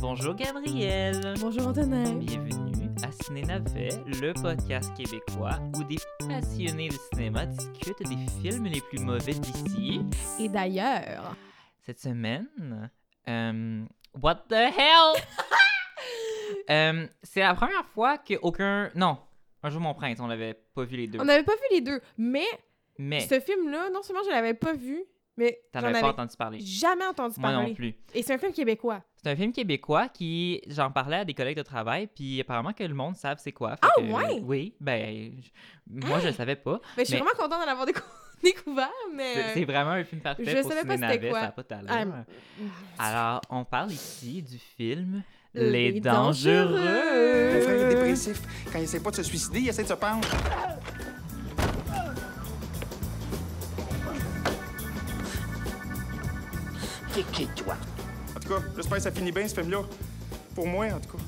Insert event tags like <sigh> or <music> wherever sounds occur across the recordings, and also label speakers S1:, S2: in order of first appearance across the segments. S1: Bonjour Gabriel.
S2: Bonjour Antonin.
S1: Bienvenue à Cinénavet, le podcast québécois où des passionnés de cinéma discutent des films les plus mauvais d'ici.
S2: Et d'ailleurs,
S1: Cette semaine, euh, what the
S2: <laughs>
S1: hell? Euh, c'est la première fois qu'aucun... Non, un jour mon prince, on l'avait pas vu les deux.
S2: on n'avait pas vu les deux, mais
S1: Mais
S2: ce film-là, non seulement je l'avais pas vu, mais
S1: t'en
S2: j'en
S1: avais
S2: avais
S1: pas entendu parler.
S2: jamais entendu
S1: Moi
S2: parler.
S1: non plus.
S2: Et c'est un film québécois.
S1: C'est un film québécois qui, j'en parlais à des collègues de travail, puis apparemment que le monde savent c'est quoi. Fait
S2: Ah,
S1: que,
S2: ouais?
S1: Oui, ben, je- moi je le savais pas.
S2: Mais Ben, je suis
S1: Mais-
S2: vraiment contente d'en avoir décou- <laughs> découvert, mais...
S1: C'est c'est vraiment un film parfait
S2: Euh, je
S1: pour
S2: savais pas
S1: ciné
S2: c'était
S1: navet,
S2: quoi.
S1: ça a pas d'allure.
S2: Ah, m-
S1: Alors, on parle ici du film Les,
S2: Les
S1: Dangereux.
S2: Dangereux.
S3: Mon frère
S1: Euh.
S3: est dépressif. Quand il essaie pas de se suicider, il essaie de se pendre.
S4: Piquez-toi.
S3: En tout cas, j'espère que ça finit bien, ce film-là. Pour moi, en tout cas.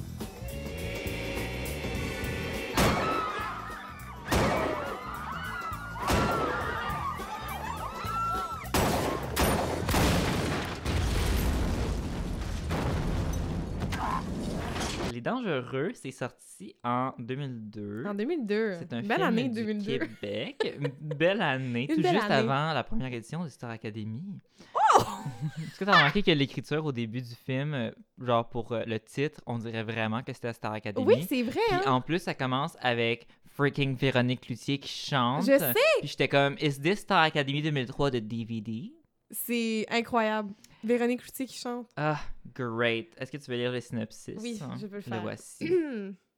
S1: Les Dangereux, c'est sorti en 2002.
S2: euh, En 2002.
S1: C'est un
S2: Belle
S1: film
S2: année
S1: du
S2: 2002.
S1: Québec. Une belle année,
S2: Une
S1: tout
S2: belle
S1: juste
S2: année. Oh!
S1: avant la première édition de Star Academy. <laughs> Est-ce que t'as remarqué que l'écriture au début du film, euh, genre pour euh, le titre, on dirait vraiment que c'était à Star Academy?
S2: Oui, c'est vrai,
S1: Puis
S2: hein?
S1: en plus, ça commence avec freaking Véronique Cloutier qui chante.
S2: Je sais!
S1: Puis j'étais comme, Is this Star Academy 2003 de DVD?
S2: C'est incroyable. Véronique Cloutier qui chante.
S1: Ah, great. Est-ce que tu veux lire le synopsis?
S2: Oui, je peux le faire.
S1: Le voici.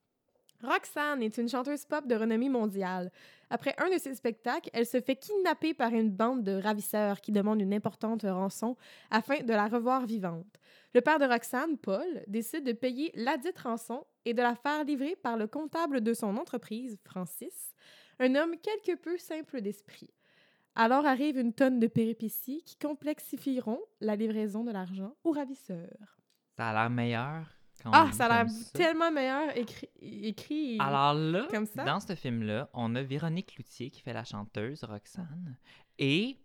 S2: <clears throat> Roxane est une chanteuse pop de renommée mondiale. Après un de ses spectacles, elle se fait kidnapper par une bande de ravisseurs qui demandent une importante rançon afin de la revoir vivante. Le père de Roxane, Paul, décide de payer ladite rançon et de la faire livrer par le comptable de son entreprise, Francis, un homme quelque peu simple d'esprit. Alors arrive une tonne de péripéties qui complexifieront la livraison de l'argent aux ravisseurs.
S1: ça a l'air meilleur. Quand on
S2: Ah,
S1: le
S2: ça
S1: lit
S2: a
S1: comme
S2: l'air tellement meilleur écrit. écrit et-
S1: Alors là,
S2: comme ça.
S1: dans ce film-là, on a Véronique Cloutier qui fait la chanteuse Roxane et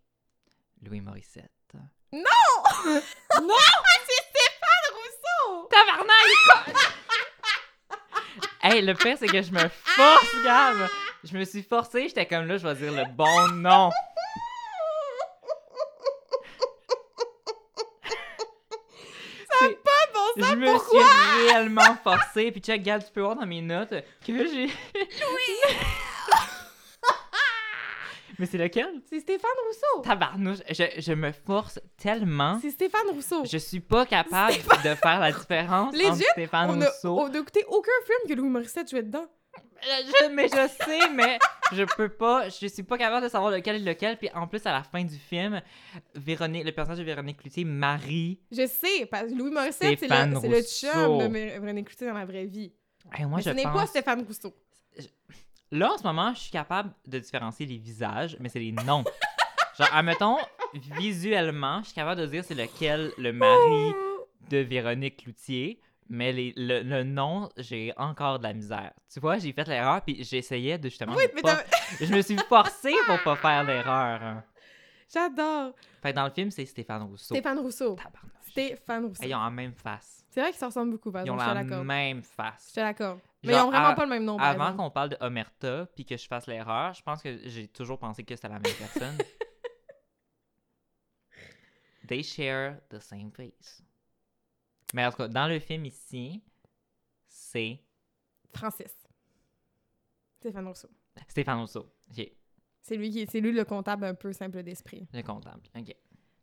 S1: Louis Morissette. <laughs>
S2: Non, Ah, c'est Stéphane Rousseau! <laughs>
S1: Hey, le pire, c'est que je me force, Gab! Je me suis forcée, j'étais comme là, je vais dire le bon nom.
S2: <laughs> Ça n'a pas de Ah, bon sens,
S1: je me
S2: pourquoi?
S1: suis réellement forcée. Puis check, Gab, tu peux voir dans mes notes que j'ai... Oui! <laughs> Mais c'est lequel?
S2: C'est Stéphane Rousseau!
S1: Tabarnouche, je, je me force tellement.
S2: C'est Stéphane Rousseau!
S1: Je suis pas capable de faire la différence
S2: Legit,
S1: entre Stéphane
S2: On a,
S1: Rousseau.
S2: on a écouté aucun film que Louis Morissette jouait dedans.
S1: Je- mais je sais, mais je peux pas. Je suis pas capable de savoir lequel est lequel. Puis en plus, à la fin du film, Véronique, le personnage de Véronique Cloutier marie.
S2: Je sais, parce que Louis Morissette, c'est
S1: Stéphane
S2: le, c'est le chum
S1: Rousseau.
S2: de Mé- Véronique Cloutier dans la vraie vie.
S1: Hey, moi,
S2: Mais
S1: je
S2: ce n'est
S1: pense-
S2: pas Stéphane Rousseau.
S1: Là, en ce moment, je suis capable de différencier les visages, mais c'est les noms. Genre, admettons, visuellement, je suis capable de dire c'est lequel le mari de Véronique Cloutier, mais les- le, le nom, j'ai encore de la misère. Tu vois, j'ai fait l'erreur, puis j'essayais de justement.
S2: Oui,
S1: de
S2: mais
S1: pas-
S2: t'as-
S1: Je me suis forcée pour pas faire l'erreur. hein.
S2: <laughs> j'adore!
S1: Fait que dans le film, c'est Stéphane Rousseau.
S2: Stéphane Rousseau.
S1: Tabarnouche.
S2: Stéphane Rousseau.
S1: Hey, Ils ont la même face.
S2: C'est vrai qu'ils se ressemblent beaucoup, par
S1: Ils ont
S2: exemple, Ah, je te
S1: la
S2: l'accorde.
S1: même
S2: Je
S1: face.
S2: te l'accorde. Mais ils
S1: Genre,
S2: ont vraiment
S1: à-
S2: pas le même nom, par
S1: Avant
S2: exemple.
S1: qu'on parle de Omerta, puis que je fasse l'erreur, je pense que j'ai toujours pensé que c'était la même
S2: <laughs>
S1: personne. They share the same face. Mais en tout cas, dans le film ici, c'est
S2: Francis. Stéphane Rousseau.
S1: Stéphane Rousseau. Ok,
S2: C'est lui, qui, c'est lui le comptable un peu simple d'esprit.
S1: le comptable. Ok,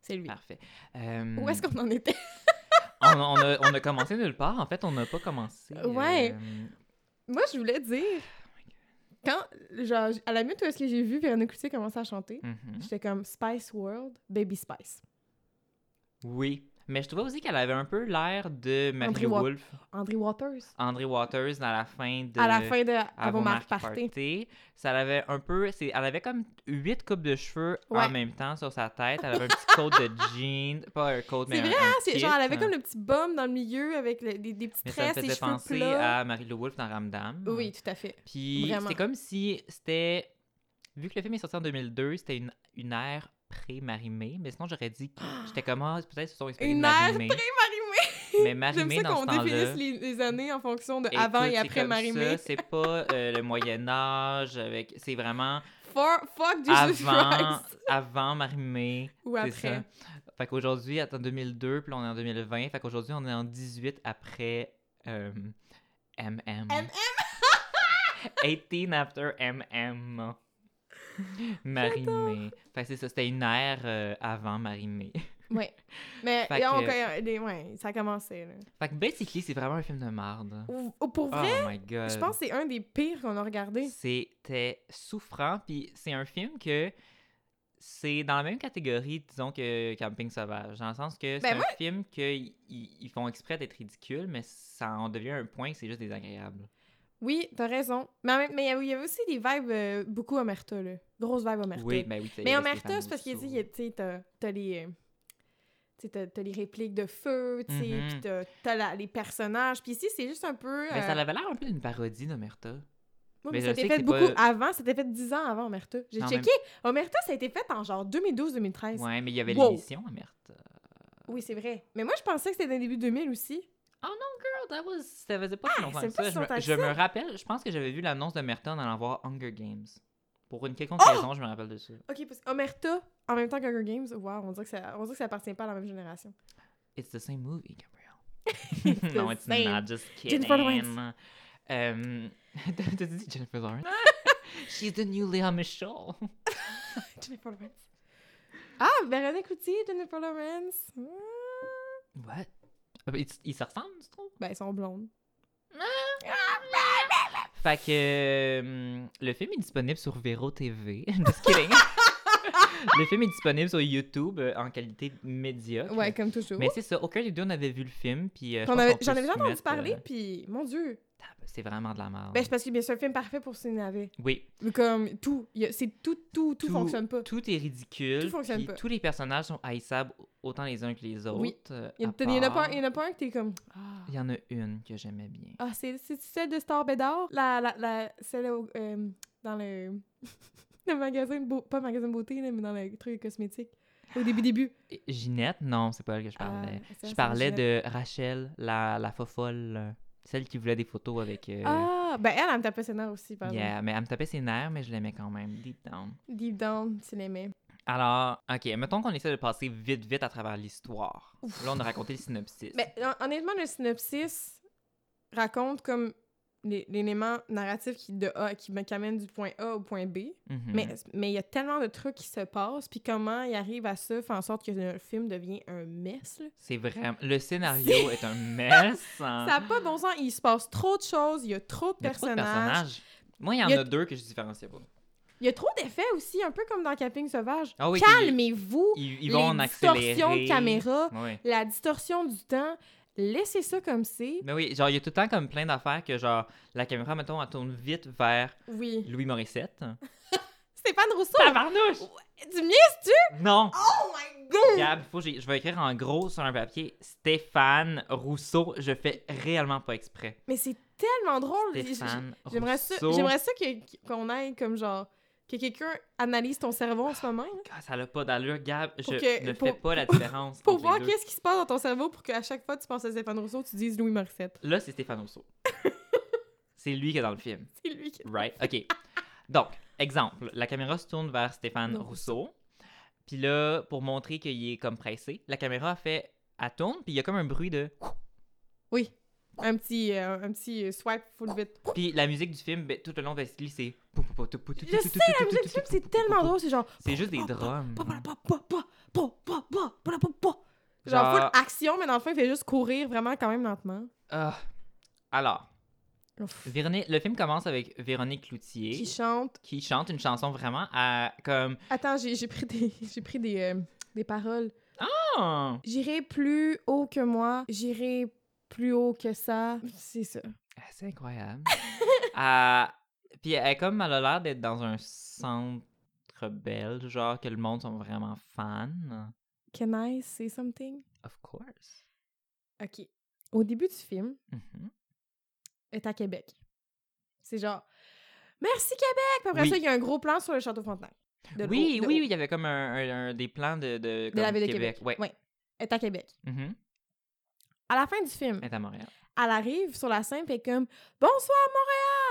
S2: C'est lui.
S1: parfait. Euh,
S2: Où est-ce qu'on en était?
S1: on, on a, on a commencé nulle part. En fait, on n'a pas commencé. euh,
S2: Ouais. Moi, je voulais dire, quand, genre, à la minute où est-ce que j'ai vu Véronique Cloutier commencer à chanter,
S1: mhm.
S2: j'étais comme Spice World, Baby Spice.
S1: Oui. Mais je trouvais aussi qu'elle avait un peu l'air de Marie
S2: André Wa-
S1: Wolf,
S2: André Waters.
S1: André Waters, dans la fin de.
S2: À la fin de Avant
S1: Avant
S2: Marc
S1: Marc
S2: Parté.
S1: Parté. Ça elle avait un peu. c'est- Elle avait comme huit coupes de cheveux
S2: Ouais.
S1: en même temps sur sa tête. Elle avait un petit coat
S2: <laughs>
S1: de jean. Pas un coat, mais
S2: C'est
S1: un,
S2: vrai,
S1: un
S2: hein? C'est-
S1: kit.
S2: Genre, elle avait comme le petit bum dans le milieu avec le- des, des petits
S1: Mais ça me
S2: tresses, ses
S1: faisait
S2: cheveux
S1: penser
S2: plats.
S1: à Marie-Lou Wolfe dans Ramdam.
S2: Oui, tout à fait.
S1: Puis
S2: Vraiment.
S1: c'était comme si c'était. Vu que le film est sorti en 2002, c'était une, une
S2: <gasps>
S1: ère pré-Marimée. Mais sinon, j'aurais dit. J'étais comme, ah, peut-être se sont inspirés de
S2: Une ère
S1: Marimée.
S2: pré-marimée.
S1: Mais
S2: <laughs> J'aime
S1: Marimé,
S2: ça
S1: dans ce
S2: qu'on
S1: temps-là...
S2: définisse les, les années en fonction de avant
S1: écoute,
S2: et
S1: c'est
S2: après
S1: comme ça,
S2: Marimé.
S1: C'est pas euh, le Moyen-Âge, avec... c'est
S2: <laughs>
S1: vraiment
S2: For- fuck Jesus
S1: avant,
S2: Christ.
S1: avant Marimé.
S2: Ou
S1: C'est
S2: après.
S1: ça. Fait qu'aujourd'hui, attends, 2002, puis là, on est en 2020. Fait qu'aujourd'hui, on est en 18 après euh, MM.
S2: MM.
S1: 18 after
S2: <laughs>
S1: MM. Marimé. Fait que c'est ça, c'était une ère euh, avant Marimé.
S2: Ouais. Mais
S1: Fait
S2: on-
S1: que-
S2: les- ouais, ça a commencé. là.
S1: <laughs> Fait que basically, c'est vraiment un film de marde.
S2: Ou- ou pour vrai,
S1: Oh my god.
S2: je pense que c'est un des pires qu'on a regardé.
S1: C'était souffrant, puis c'est un film que c'est dans la même catégorie, disons, que Camping Sauvage, dans le sens que c'est
S2: Ben
S1: un
S2: moi-
S1: film qu'ils ils font exprès d'être ridicule, mais ça en devient un point que c'est juste désagréable.
S2: Oui, t'as raison. Mais en même- mais il y avait- il y avait aussi des vibes euh, beaucoup Omerta, là. Grosse vibe Omerta.
S1: Oui, ben oui,
S2: Mais Omerta, c'est parce qu'il dit, il y a- tu sais, t'as t'as les... euh, tu sais, T'as t'as les répliques de feu, tu sais,
S1: Mhm.
S2: puis t'as- t'as la- les personnages. Puis ici, c'est juste un peu...
S1: Mais Ben, ça
S2: euh,
S1: avait l'air un peu d'une parodie d'Omerta. Mais
S2: Ouais, mais
S1: je
S2: ça a
S1: sais
S2: été
S1: que
S2: fait
S1: c'est
S2: beaucoup
S1: pas-
S2: avant, ça a été fait 10 ans avant Omerta. J'ai
S1: Non,
S2: checké. Omerta, ça a été fait en genre 2012-2013.
S1: Ouais, mais il y avait
S2: Wow.
S1: l'émission Omerta.
S2: Oui, c'est vrai. Mais moi, je pensais que c'était dans le début 2000 aussi.
S1: Girl, that was... Ça faisait pas si longtemps
S2: Ah, c'est
S1: que
S2: pas
S1: ça.
S2: si
S1: Je me-
S2: longtemps que
S1: Je, me
S2: ça.
S1: rappelle, je pense que j'avais vu l'annonce d'Omerta en allant voir Hunger Games. Pour une quelconque
S2: Oh!
S1: raison, je me rappelle de ça.
S2: Ok, parce que Omerta, en même temps qu'Hunger Games, wow, on dirait que ça, on dirait que ça appartient pas à la même génération.
S1: It's the same movie, Gabrielle.
S2: <laughs> It's
S1: <laughs> no,
S2: the
S1: it's
S2: same.
S1: not. Just kidding.
S2: Jennifer Lawrence.
S1: Um, <laughs> t'as dit Jennifer
S2: <laughs>
S1: Lawrence? She's the new Léa Michel.
S2: Jennifer Lawrence. Ah, Véronique Coutier, Jennifer Lawrence. Hmm.
S1: What? Ah, ben, Ils ils se ressemblent, tu trouves?
S2: Ben, elles sont blondes.
S1: Fait que euh, le film est disponible sur Vero TV. <laughs> Just
S2: <laughs>
S1: kidding. le film est disponible sur YouTube euh, en qualité médiocre.
S2: Ouais, comme toujours.
S1: Mais c'est ça, aucun des deux on avait vu le film. Puis, euh, je
S2: Qu'on
S1: pense
S2: avait-
S1: qu'on
S2: J'en
S1: peut
S2: avais
S1: se
S2: déjà entendu
S1: mettre,
S2: parler,
S1: euh,
S2: puis mon Dieu.
S1: C'est vraiment de la merde.
S2: Ben, c'est parce que bien sûr, le film parfait pour se naver.
S1: Oui,
S2: Comme tout, il y a- c'est tout, tout, tout, fonctionne pas.
S1: Tout est ridicule.
S2: Tout fonctionne
S1: puis
S2: pas.
S1: Tous les personnages sont haïssables autant les uns que les autres.
S2: Oui.
S1: euh,
S2: Il y,
S1: à
S2: en a- il y en a pas,
S1: part-
S2: il y en a pas un que t'es comme. Ah.
S1: Il y en a une que j'aimais bien.
S2: Ah, c'est c'est celle de Star Bédard? La, la, la, celle au- euh, dans le, <laughs> le magasin, de beau, pas magasin de beauté, là, mais dans le truc cosmétique. Au début, début.
S1: Et Ginette, non, c'est pas elle que je parlais.
S2: Ah,
S1: je
S2: c'est vrai,
S1: parlais de
S2: c'est
S1: Rachel, la, la fofolle, euh, celle qui voulait des photos avec. euh,
S2: Ah, ben elle, elle me tapait ses nerfs aussi, par exemple.
S1: yeah, mais elle me tapait ses nerfs, mais je l'aimais quand même, deep down.
S2: Deep down, tu l'aimais.
S1: Alors, ok, mettons qu'on essaie de passer vite, vite à travers l'histoire. Là, on a raconté le synopsis.
S2: Mais hon- honnêtement, le synopsis raconte comme l'é- l'élément narratif qui, de A, qui, me- qui amène du point A au point B.
S1: Mhm.
S2: Mais mais il y a tellement de trucs qui se passent, puis comment il arrive à ça, fait en sorte que le film devient un mess, là.
S1: C'est vraiment. Le scénario est un mess. hein.
S2: <laughs> Ça n'a pas de bon sens. Il se passe trop de choses. Il y a trop de
S1: Il y a trop de
S2: personnages.
S1: personnages. Moi, il y en
S2: Il y a-
S1: a deux que je différenciais pas.
S2: Il y a trop d'effets aussi, un peu comme dans Camping Sauvage.
S1: Ah oui,
S2: Calmez-vous.
S1: Ils, ils
S2: Les
S1: vont en accélérer.
S2: distorsions de caméra,
S1: Oui.
S2: la distorsion du temps. Laissez ça comme c'est.
S1: Mais oui, genre, il y a tout le temps comme plein d'affaires que, genre, la caméra, mettons, elle tourne vite vers
S2: Oui.
S1: Louis
S2: <laughs>
S1: Morissette.
S2: Stéphane Rousseau,
S1: Tabarnouche!
S2: tu me niaises, tu?
S1: Non!
S2: Oh my god!
S1: Gab, faut que j'ai- je vais écrire en gros sur un papier Stéphane Rousseau. Je fais réellement pas
S2: <laughs>
S1: exprès.
S2: Mais c'est tellement drôle. J- j-
S1: Stéphane
S2: J'aimerais ça,
S1: Rousseau.
S2: j'aimerais ça que- qu'on aille comme genre... Que quelqu'un analyse ton cerveau en ce moment. hein,
S1: Ah, ça n'a pas d'allure, Gab. Je
S2: Pour que-
S1: ne
S2: pour-
S1: fais pas la différence.
S2: Pour
S1: entre les
S2: voir
S1: deux.
S2: qu'est-ce qui se passe dans ton cerveau pour qu'à chaque fois que tu penses à Stéphane Rousseau, tu dises Louis Morissette. <laughs>
S1: Là, c'est Stéphane Rousseau. c'est lui qui est dans le film.
S2: C'est lui qui...
S1: Right? OK. Donc, exemple, la caméra se tourne vers Stéphane
S2: Non,
S1: Rousseau. Puis là, pour montrer qu'il est comme pressé, la caméra fait, elle tourne, puis il y a comme un bruit de.
S2: Oui. Un petit, euh, un petit euh, swipe full vite.
S1: Puis la musique du film, ben, tout le long, basically, c'est.
S2: Je sais, la musique du film, c'est tellement drôle, c'est genre.
S1: C'est juste des
S2: <laughs>
S1: drums.
S2: Pa, pa, pa, pa, pa, pa, pa, pa, pa, pa, pa. Genre
S1: Genre-
S2: full action, mais dans le fond, il fait juste courir vraiment quand même lentement.
S1: Ah. Alors,
S2: Ouf.
S1: Véronique, le film commence avec Véronique
S2: Qui
S1: Cloutier
S2: chante.
S1: qui chante une chanson vraiment à comme.
S2: Attends, j'ai j'ai pris des, <laughs> j'ai pris des, euh, des paroles.
S1: Ah!
S2: J'irai plus haut que moi, j'irai plus haut que ça. C'est ça.
S1: Ah, C'est incroyable. Euh, puis elle, comme elle a l'air d'être dans un centre belge, genre que le monde sont vraiment fans.
S2: Can I say something?
S1: Of course.
S2: Ok. Au début du film,
S1: Mhm.
S2: est à Québec. C'est genre. Merci Québec! Puis après
S1: Oui.
S2: ça, il y a un gros plan sur le château Frontenac.
S1: Oui,
S2: De haut- de
S1: oui,
S2: haut.
S1: oui, il y avait comme un, un- un- des plans de, de,
S2: de la
S1: comme
S2: ville de Québec.
S1: Ouais.
S2: Elle est à Québec.
S1: Mhm.
S2: À la fin du film,
S1: Elle est à Montréal.
S2: elle arrive sur la scène, puis elle est comme Bonsoir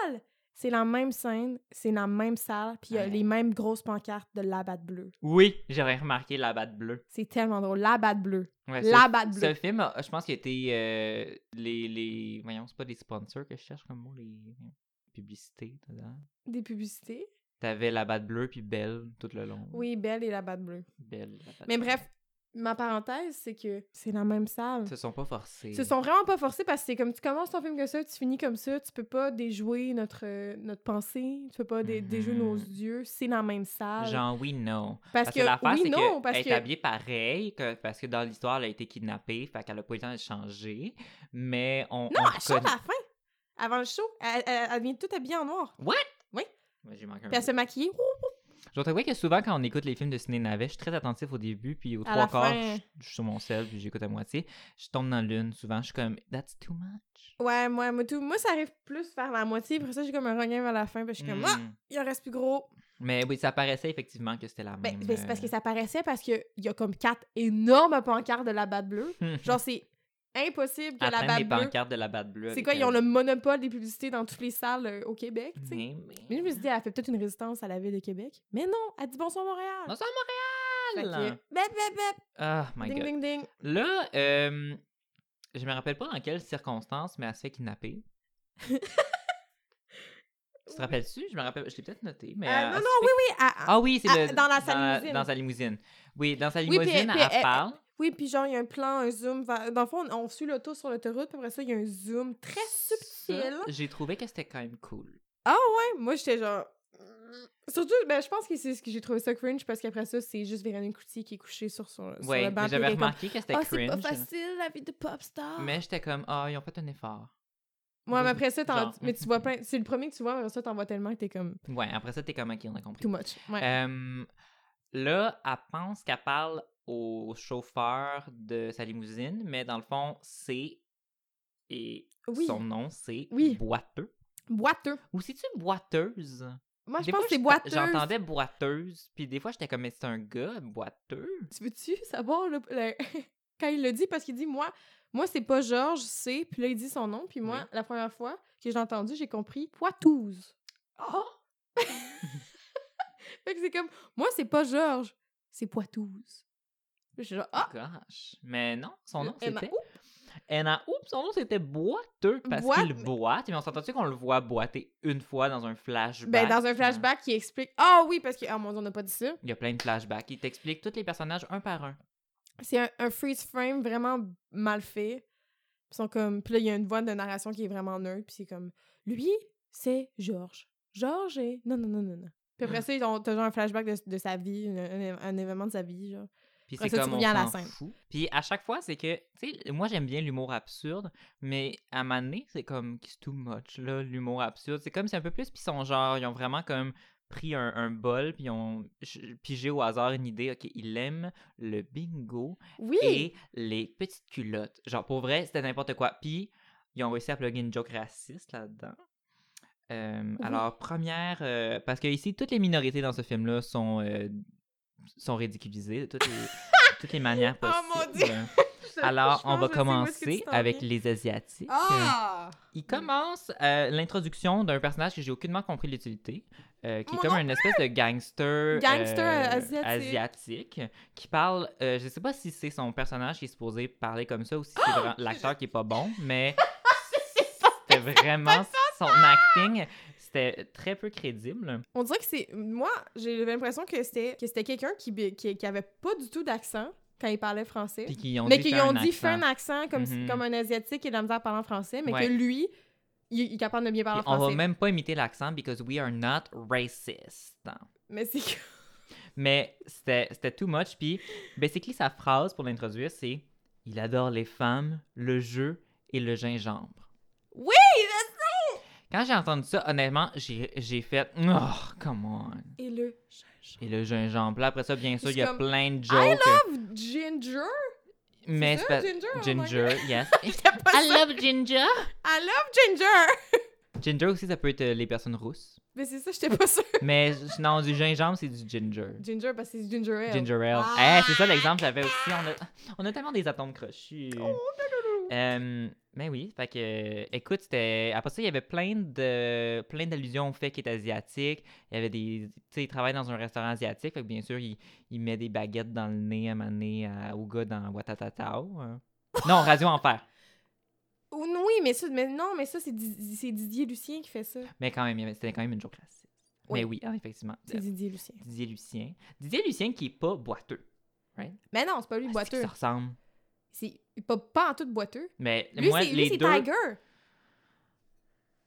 S2: Montréal! C'est la même scène, c'est la même salle, puis il y a
S1: Ouais.
S2: les mêmes grosses pancartes de la batte bleue.
S1: Oui, j'aurais remarqué la batte bleue.
S2: C'est tellement drôle. La batte bleue.
S1: Ouais, ce-
S2: La batte bleue.
S1: Ce film, a- je pense qu'il a été. euh, les, les. Voyons, c'est pas des sponsors que je cherche comme mot, les publicités dedans.
S2: Des publicités.
S1: T'avais la batte bleue puis Belle tout le long.
S2: Oui, Belle et la batte bleue.
S1: Belle. la batte
S2: Mais
S1: bleue.
S2: bref, ma parenthèse, c'est que c'est la même salle.
S1: Ils se sont pas forcés.
S2: Ils se sont vraiment pas forcés parce que c'est comme tu commences ton film comme ça, tu finis comme ça, tu peux pas déjouer notre, euh, notre pensée, tu peux pas dé-
S1: Mhm.
S2: déjouer nos yeux, c'est dans la même salle.
S1: Genre, oui, non.
S2: parce,
S1: Parce
S2: que,
S1: que l'affaire,
S2: oui,
S1: c'est
S2: non,
S1: qu'elle
S2: parce
S1: est
S2: que
S1: habillée pareil, que- parce que dans l'histoire, elle a été kidnappée, fait qu'elle a pas eu le temps de changer. Mais on.
S2: Non,
S1: on
S2: elle chante
S1: reconnaît-
S2: à la fin. Avant le show, elle, elle- elle vient toute habillée en noir.
S1: Ouais, J'ai manqué un
S2: Puis elle
S1: bout.
S2: se maquille. Ouh,
S1: Je t'avoue que souvent, quand on écoute les films de ciné navet, je suis très attentif au début, puis au
S2: À la
S1: trois quarts,
S2: fin.
S1: je, je suis sur mon sel, puis j'écoute à moitié. Je tombe dans l'une, souvent, je suis comme « that's too much
S2: Ouais, moi, moi, tout- moi, ça arrive plus vers la moitié. Après ça, j'ai comme un regain vers la fin. Puis je suis comme, ah,
S1: Mm.
S2: il en reste plus gros.
S1: Mais oui, ça paraissait effectivement que c'était la
S2: Ben,
S1: même...
S2: ben, c'est parce que ça paraissait parce qu'il y a comme quatre énormes pancartes de la batte bleue. Genre, c'est impossible que la
S1: Après, les
S2: batte bleue.
S1: pancartes de la batte bleue.
S2: C'est quoi, ils ont le monopole des publicités dans toutes les salles euh, au Québec, tu sais.
S1: Mais,
S2: Mais je me suis dit, elle fait peut-être une résistance à la ville de Québec. Mais non, elle dit bonsoir Montréal.
S1: Non, c'est à
S2: Fait que,
S1: Montréal!
S2: bep, bep, bep,
S1: Oh my
S2: ding,
S1: God.
S2: ding, ding.
S1: Là, euh, je me rappelle pas dans quelles circonstances, mais elle se fait
S2: <laughs>
S1: kidnapper. tu te rappelles-tu? Je me rappelle, je l'ai peut-être noté, mais...
S2: Euh,
S1: elle-
S2: non,
S1: elle se
S2: non,
S1: fait-
S2: oui, oui. elle- elle-
S1: Ah oui, c'est
S2: Ah,
S1: le-
S2: dans la- sa limousine.
S1: dans sa limousine. Oui, dans sa
S2: puis
S1: limousine,
S2: elle- puis
S1: elle,
S2: elle-
S1: parle.
S2: Oui, puis genre, il y a un plan, un zoom. vers- Dans le fond, on suit l'auto sur l'autoroute, puis après ça, il y a un zoom très subtil.
S1: Ça, J'ai trouvé que c'était quand même cool.
S2: Ouais, moi, j'étais genre... Surtout, ben, je pense que c'est ce que j'ai trouvé ça cringe, parce qu'après ça, c'est juste Véronique Coutier qui est couchée sur, son, sur
S1: Ouais,
S2: le
S1: mais
S2: banc. puis
S1: j'avais
S2: elle est comme,
S1: remarqué que c'était
S2: Ah, c'est
S1: cringe.
S2: pas facile, la vie de popstar!
S1: Mais j'étais comme, ah, ils ont fait un effort.
S2: Moi, mais après ça, t'en-
S1: Genre.
S2: mais tu vois plein... C'est le premier que tu vois, après ça, t'en vois tellement que t'es comme...
S1: Ouais, après ça, t'es comme, ok, on a compris.
S2: Too much. Ouais.
S1: Euh, là, elle pense qu'elle parle au chauffeur de sa limousine, mais dans le fond, c'est. Et
S2: oui.
S1: son nom, c'est
S2: Oui.
S1: Boiteux.
S2: Boiteux.
S1: Ou c'est-tu boiteuse?
S2: Moi, je
S1: Des
S2: pense
S1: fois,
S2: que c'est
S1: j'étais-
S2: boiteux.
S1: J'entendais boiteuse, puis des fois, j'étais comme, mais c'est un gars, boiteux?
S2: Tu veux-tu savoir le- le- <laughs> quand il le dit? Parce qu'il dit, moi, moi c'est pas Georges, c'est... Puis là, il dit son nom. Puis moi,
S1: Oui.
S2: la première fois que j'ai entendu, j'ai compris Poitouze.
S1: Oh!
S2: <laughs> Fait que c'est comme, moi, c'est pas Georges, c'est Poitouze. Je suis genre, ah!
S1: Oh
S2: Euh,
S1: Gosh. Mais non, son nom,
S2: Emma-
S1: c'était. Anna Oups, son nom, c'était boiteux parce
S2: Boite-
S1: qu'il boite. Mais on s'entend-tu qu'on le voit boiter une fois dans un flashback?
S2: Ben, dans un flashback, il explique... Ah oui, parce que... Ah, mon Dieu, on n'a pas dit ça.
S1: Il y a plein de flashbacks. Il t'explique tous les personnages un par un.
S2: C'est un, un freeze frame vraiment mal fait. Ils sont comme... Puis là, il y a une voix de narration qui est vraiment neutre. Puis c'est comme... Lui, c'est Georges. Georges est... Non, non, non, non, non. Puis
S1: Ah.
S2: après ça, ils ont t'as genre un flashback de, de sa vie, une- un, un événement de sa vie, genre.
S1: Puis
S2: Après
S1: c'est
S2: ça, tu
S1: comme on
S2: reviens à la
S1: s'en
S2: scène.
S1: fout. Puis à chaque fois, c'est que, tu sais, moi j'aime bien l'humour absurde, mais à ma nez, c'est comme c'est too much là, l'humour absurde. C'est comme c'est un peu plus puis son genre, ils ont vraiment comme pris un, un bol puis ils ont ch- pigé au hasard une idée. Ok, il aime le bingo.
S2: Oui!
S1: et les petites culottes. Genre, pour vrai, c'était n'importe quoi. Puis, ils ont réussi à plugger une joke raciste là-dedans. Euh, Alors, première... euh, parce que ici, toutes les minorités dans ce film-là sont, euh, sont ridiculisées de toutes les, toutes
S2: <laughs>
S1: les manières
S2: Oh,
S1: possibles.
S2: mon Dieu!
S1: Alors, on va commencer avec les Asiatiques.
S2: Ah!
S1: Il commence euh, l'introduction d'un personnage que j'ai aucunement compris l'utilité, euh, qui
S2: Moi
S1: est comme
S2: non
S1: une espèce de gangster, euh,
S2: Gangster euh, asiatique.
S1: asiatique, qui parle. euh, je sais pas si c'est son personnage qui est supposé parler comme ça ou si
S2: Oh,
S1: c'est vra- l'acteur qui est pas bon,
S2: <laughs>
S1: mais c'était vraiment son acting. C'était très peu crédible.
S2: On dirait que c'est. Moi, j'ai l'impression que c'était que c'était quelqu'un qui, bi- qui, qui avait pas du tout d'accent quand il parlait français.
S1: Puis qu'ils ont
S2: mais
S1: dit
S2: qu'ils
S1: faire
S2: ont
S1: un
S2: dit fait
S1: accent.
S2: un accent comme, si-
S1: Mhm.
S2: comme un Asiatique et de la misère parlant français, mais
S1: Ouais.
S2: que lui, il, il est capable de bien parler
S1: Puis on
S2: français.
S1: va même pas imiter l'accent because we are not racist.
S2: Mais c'est que.
S1: Mais c'était c'était too much. Puis, basically, sa phrase pour l'introduire, c'est Il adore les femmes, le jeu et le gingembre.
S2: Oui,
S1: Quand j'ai entendu ça, honnêtement, j'ai j'ai fait Oh, come on.
S2: Et le gingembre.
S1: Et le gingembre. Là, après ça, bien sûr,
S2: C'est
S1: il y a
S2: comme,
S1: plein de jokes. euh,
S2: Ginger?
S1: <laughs> mais c'est
S2: ça,
S1: pas-
S2: ginger, oh my
S1: Ginger,
S2: <laughs>
S1: yes.
S2: pas
S1: I
S2: ça.
S1: love ginger.
S2: I love Ginger!
S1: Ginger aussi, ça peut être euh, les personnes rousses.
S2: Mais c'est ça, j'étais
S1: <laughs>
S2: pas sûre.
S1: Mais non, du gingembre, c'est du ginger.
S2: Ginger, parce que c'est Ginger Ale.
S1: Ginger ale.
S2: Ah!
S1: <laughs> Eh,
S2: Oh,
S1: c'est ça l'exemple que j'avais aussi. On a, on a tellement des atomes crochus. Euh, ben oui, fait que, euh, écoute, c'était. Après ça, il y avait plein de plein d'allusions au fait qu'il est asiatique. Il y avait des. Tu sais, il travaille dans un restaurant asiatique, fait que bien sûr, il, il met des baguettes dans le nez à maner à, au gars dans Watatatao. hein.
S2: <laughs>
S1: Non, Radio Enfer.
S2: Ou- Oui, mais ça, mais non, mais ça, c'est Di- c'est Didier Lucien qui fait ça.
S1: Mais quand même, il y avait- c'était quand même une joke classique. Mais oui, ah, effectivement.
S2: C'est Didier Lucien.
S1: Didier Lucien. Didier Lucien qui est pas boiteux.
S2: Mais non, c'est pas lui
S1: Est-ce qu'ils
S2: boiteux.
S1: se ressemble.
S2: C'est pas, pas en tout boiteux.
S1: Mais
S2: Lui,
S1: moi,
S2: c'est lui,
S1: les
S2: c'est
S1: deux.
S2: Tiger.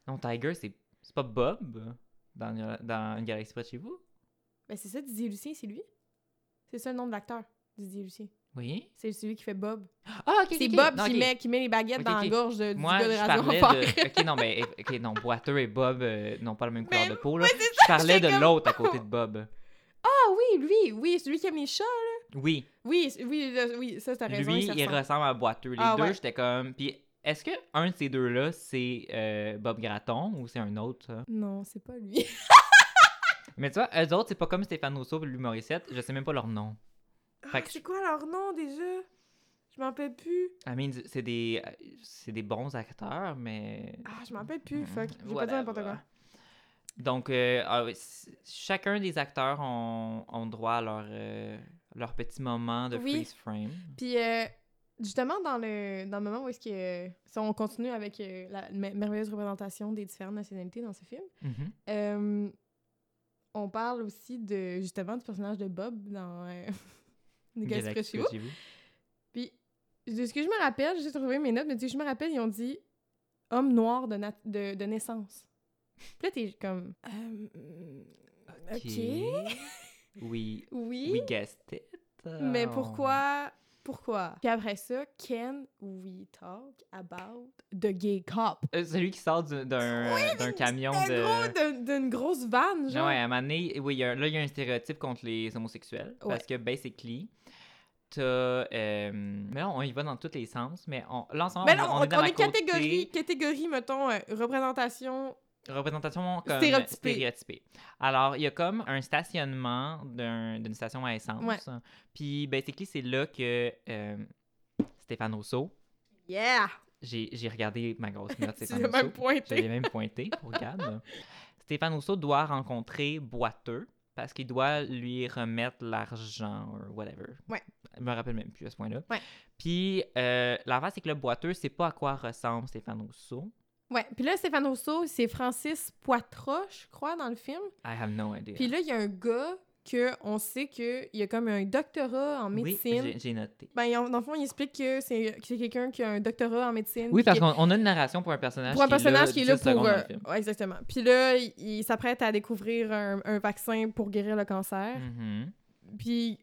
S1: Non, Tiger, c'est c'est pas Bob dans, dans Une galaxie près de chez vous.
S2: Ben, c'est ça, Didier Lucien, c'est lui. C'est ça le nom de l'acteur, Didier Lucien.
S1: Oui.
S2: C'est celui qui fait Bob.
S1: Ah, ok. ok,
S2: c'est
S1: ok.
S2: Bob
S1: Non,
S2: qui,
S1: ok.
S2: met, qui met les baguettes
S1: Ok,
S2: dans
S1: ok.
S2: la gorge de,
S1: Moi,
S2: du gars de
S1: je
S2: Radio
S1: parlais
S2: Enfer.
S1: de. Ok, non, mais. Ok, non, Boiteux et Bob euh, n'ont pas la même couleur
S2: Mais
S1: de peau, là.
S2: c'est
S1: Je parlais
S2: j'étais
S1: de
S2: comme-
S1: l'autre à côté de Bob.
S2: <laughs> Ah oui, lui, oui, celui qui aime les chats.
S1: Oui,
S2: Oui, c- oui, le- oui ça, t'as raison.
S1: lui,
S2: se
S1: il
S2: ressemble.
S1: ressemble à Boiteux. Les
S2: Ah,
S1: deux,
S2: ouais.
S1: j'étais comme. Puis, est-ce que un de ces deux-là, c'est euh, Bob Gratton ou c'est un autre, ça?
S2: Non, c'est pas lui.
S1: Mais tu vois, eux autres, c'est pas comme Stéphane Rousseau et Louis Morissette. Je sais même pas leur nom. Fait
S2: Ah,
S1: que je-
S2: c'est quoi leur nom déjà? Je m'en rappelle plus.
S1: I mean, c'est des, euh, c'est des bons acteurs, mais.
S2: Ah, je m'en rappelle plus, fuck. Je vais pas
S1: Mmh. Whatever.
S2: dire n'importe quoi.
S1: Donc, euh, ah oui, c- chacun des acteurs ont, ont droit à leur, euh, leur petit moment de
S2: Oui.
S1: freeze frame.
S2: Puis euh, justement, dans le, dans le moment où est-ce que... euh, si on continue avec euh, la mer- merveilleuse représentation des différentes nationalités dans ce film,
S1: Mhm.
S2: euh, on parle aussi de justement du personnage de Bob dans euh, <laughs> Une galaxie près de chez vous.
S1: Chez vous.
S2: Puis de ce que je me rappelle, j'ai trouvé mes notes, mais de ce que je me rappelle, ils ont dit homme noir de, nat- de, de naissance. Puis là, t'es comme... euh, ok.
S1: Ok. Oui.
S2: Oui.
S1: We guessed it.
S2: Mais
S1: Oh.
S2: pourquoi? Pourquoi? Puis après ça, can we talk about the gay cop?
S1: Euh, celui qui sort du- d'un d'un camion
S2: En
S1: de.
S2: gros, d'un- d'une grosse vanne,
S1: Non,
S2: genre.
S1: ouais, à un moment donné, oui, il y a un- là, il y a un stéréotype contre les homosexuels.
S2: Ouais.
S1: Parce que, basically, t'as. euh, mais là, on y va dans tous les sens, mais on, là, en ce moment,
S2: Mais non,
S1: hein. on,
S2: on,
S1: on est dans
S2: on
S1: la
S2: est
S1: côté
S2: catégorie, catégorie, mettons, euh, représentation.
S1: représentation comme
S2: Stéréotypée.
S1: stéréotypée. Alors, il y a comme un stationnement d'un- d'une station à essence.
S2: Ouais.
S1: Puis, basically, c'est là que euh, Stéphane Rousseau,
S2: Yeah!
S1: j'ai j'ai regardé ma grosse
S2: <laughs>
S1: note,
S2: Tu
S1: Stéphane
S2: l'as
S1: Rousseau.
S2: même pointé.
S1: J'avais même pointé, regarde. Stéphane Rousseau doit rencontrer Boiteux parce qu'il doit lui remettre l'argent ou whatever.
S2: Ouais.
S1: Je me rappelle même plus à ce point-là.
S2: Ouais.
S1: Puis euh, l'affaire, c'est que le Boiteux, c'est pas à quoi ressemble Stéphane Rousseau.
S2: Ouais, puis là, Stéphane Rousseau, c'est Francis Poitras, je crois, dans le film.
S1: I have no idea.
S2: Puis là, il y a un gars que on sait qu'il a comme un doctorat en
S1: Oui,
S2: médecine.
S1: j'ai- j'ai noté.
S2: Ben, il- dans le fond, il explique que c'est que c'est quelqu'un qui a un doctorat en médecine.
S1: Oui,
S2: puis
S1: parce
S2: que-
S1: qu'on on a une narration pour un personnage
S2: Pour un personnage qui est là
S1: 10 secondes
S2: pour.
S1: dans le
S2: euh,
S1: film.
S2: ouais, exactement. Puis là, il, il s'apprête à découvrir un, un vaccin pour guérir le cancer.
S1: Mhm.
S2: Puis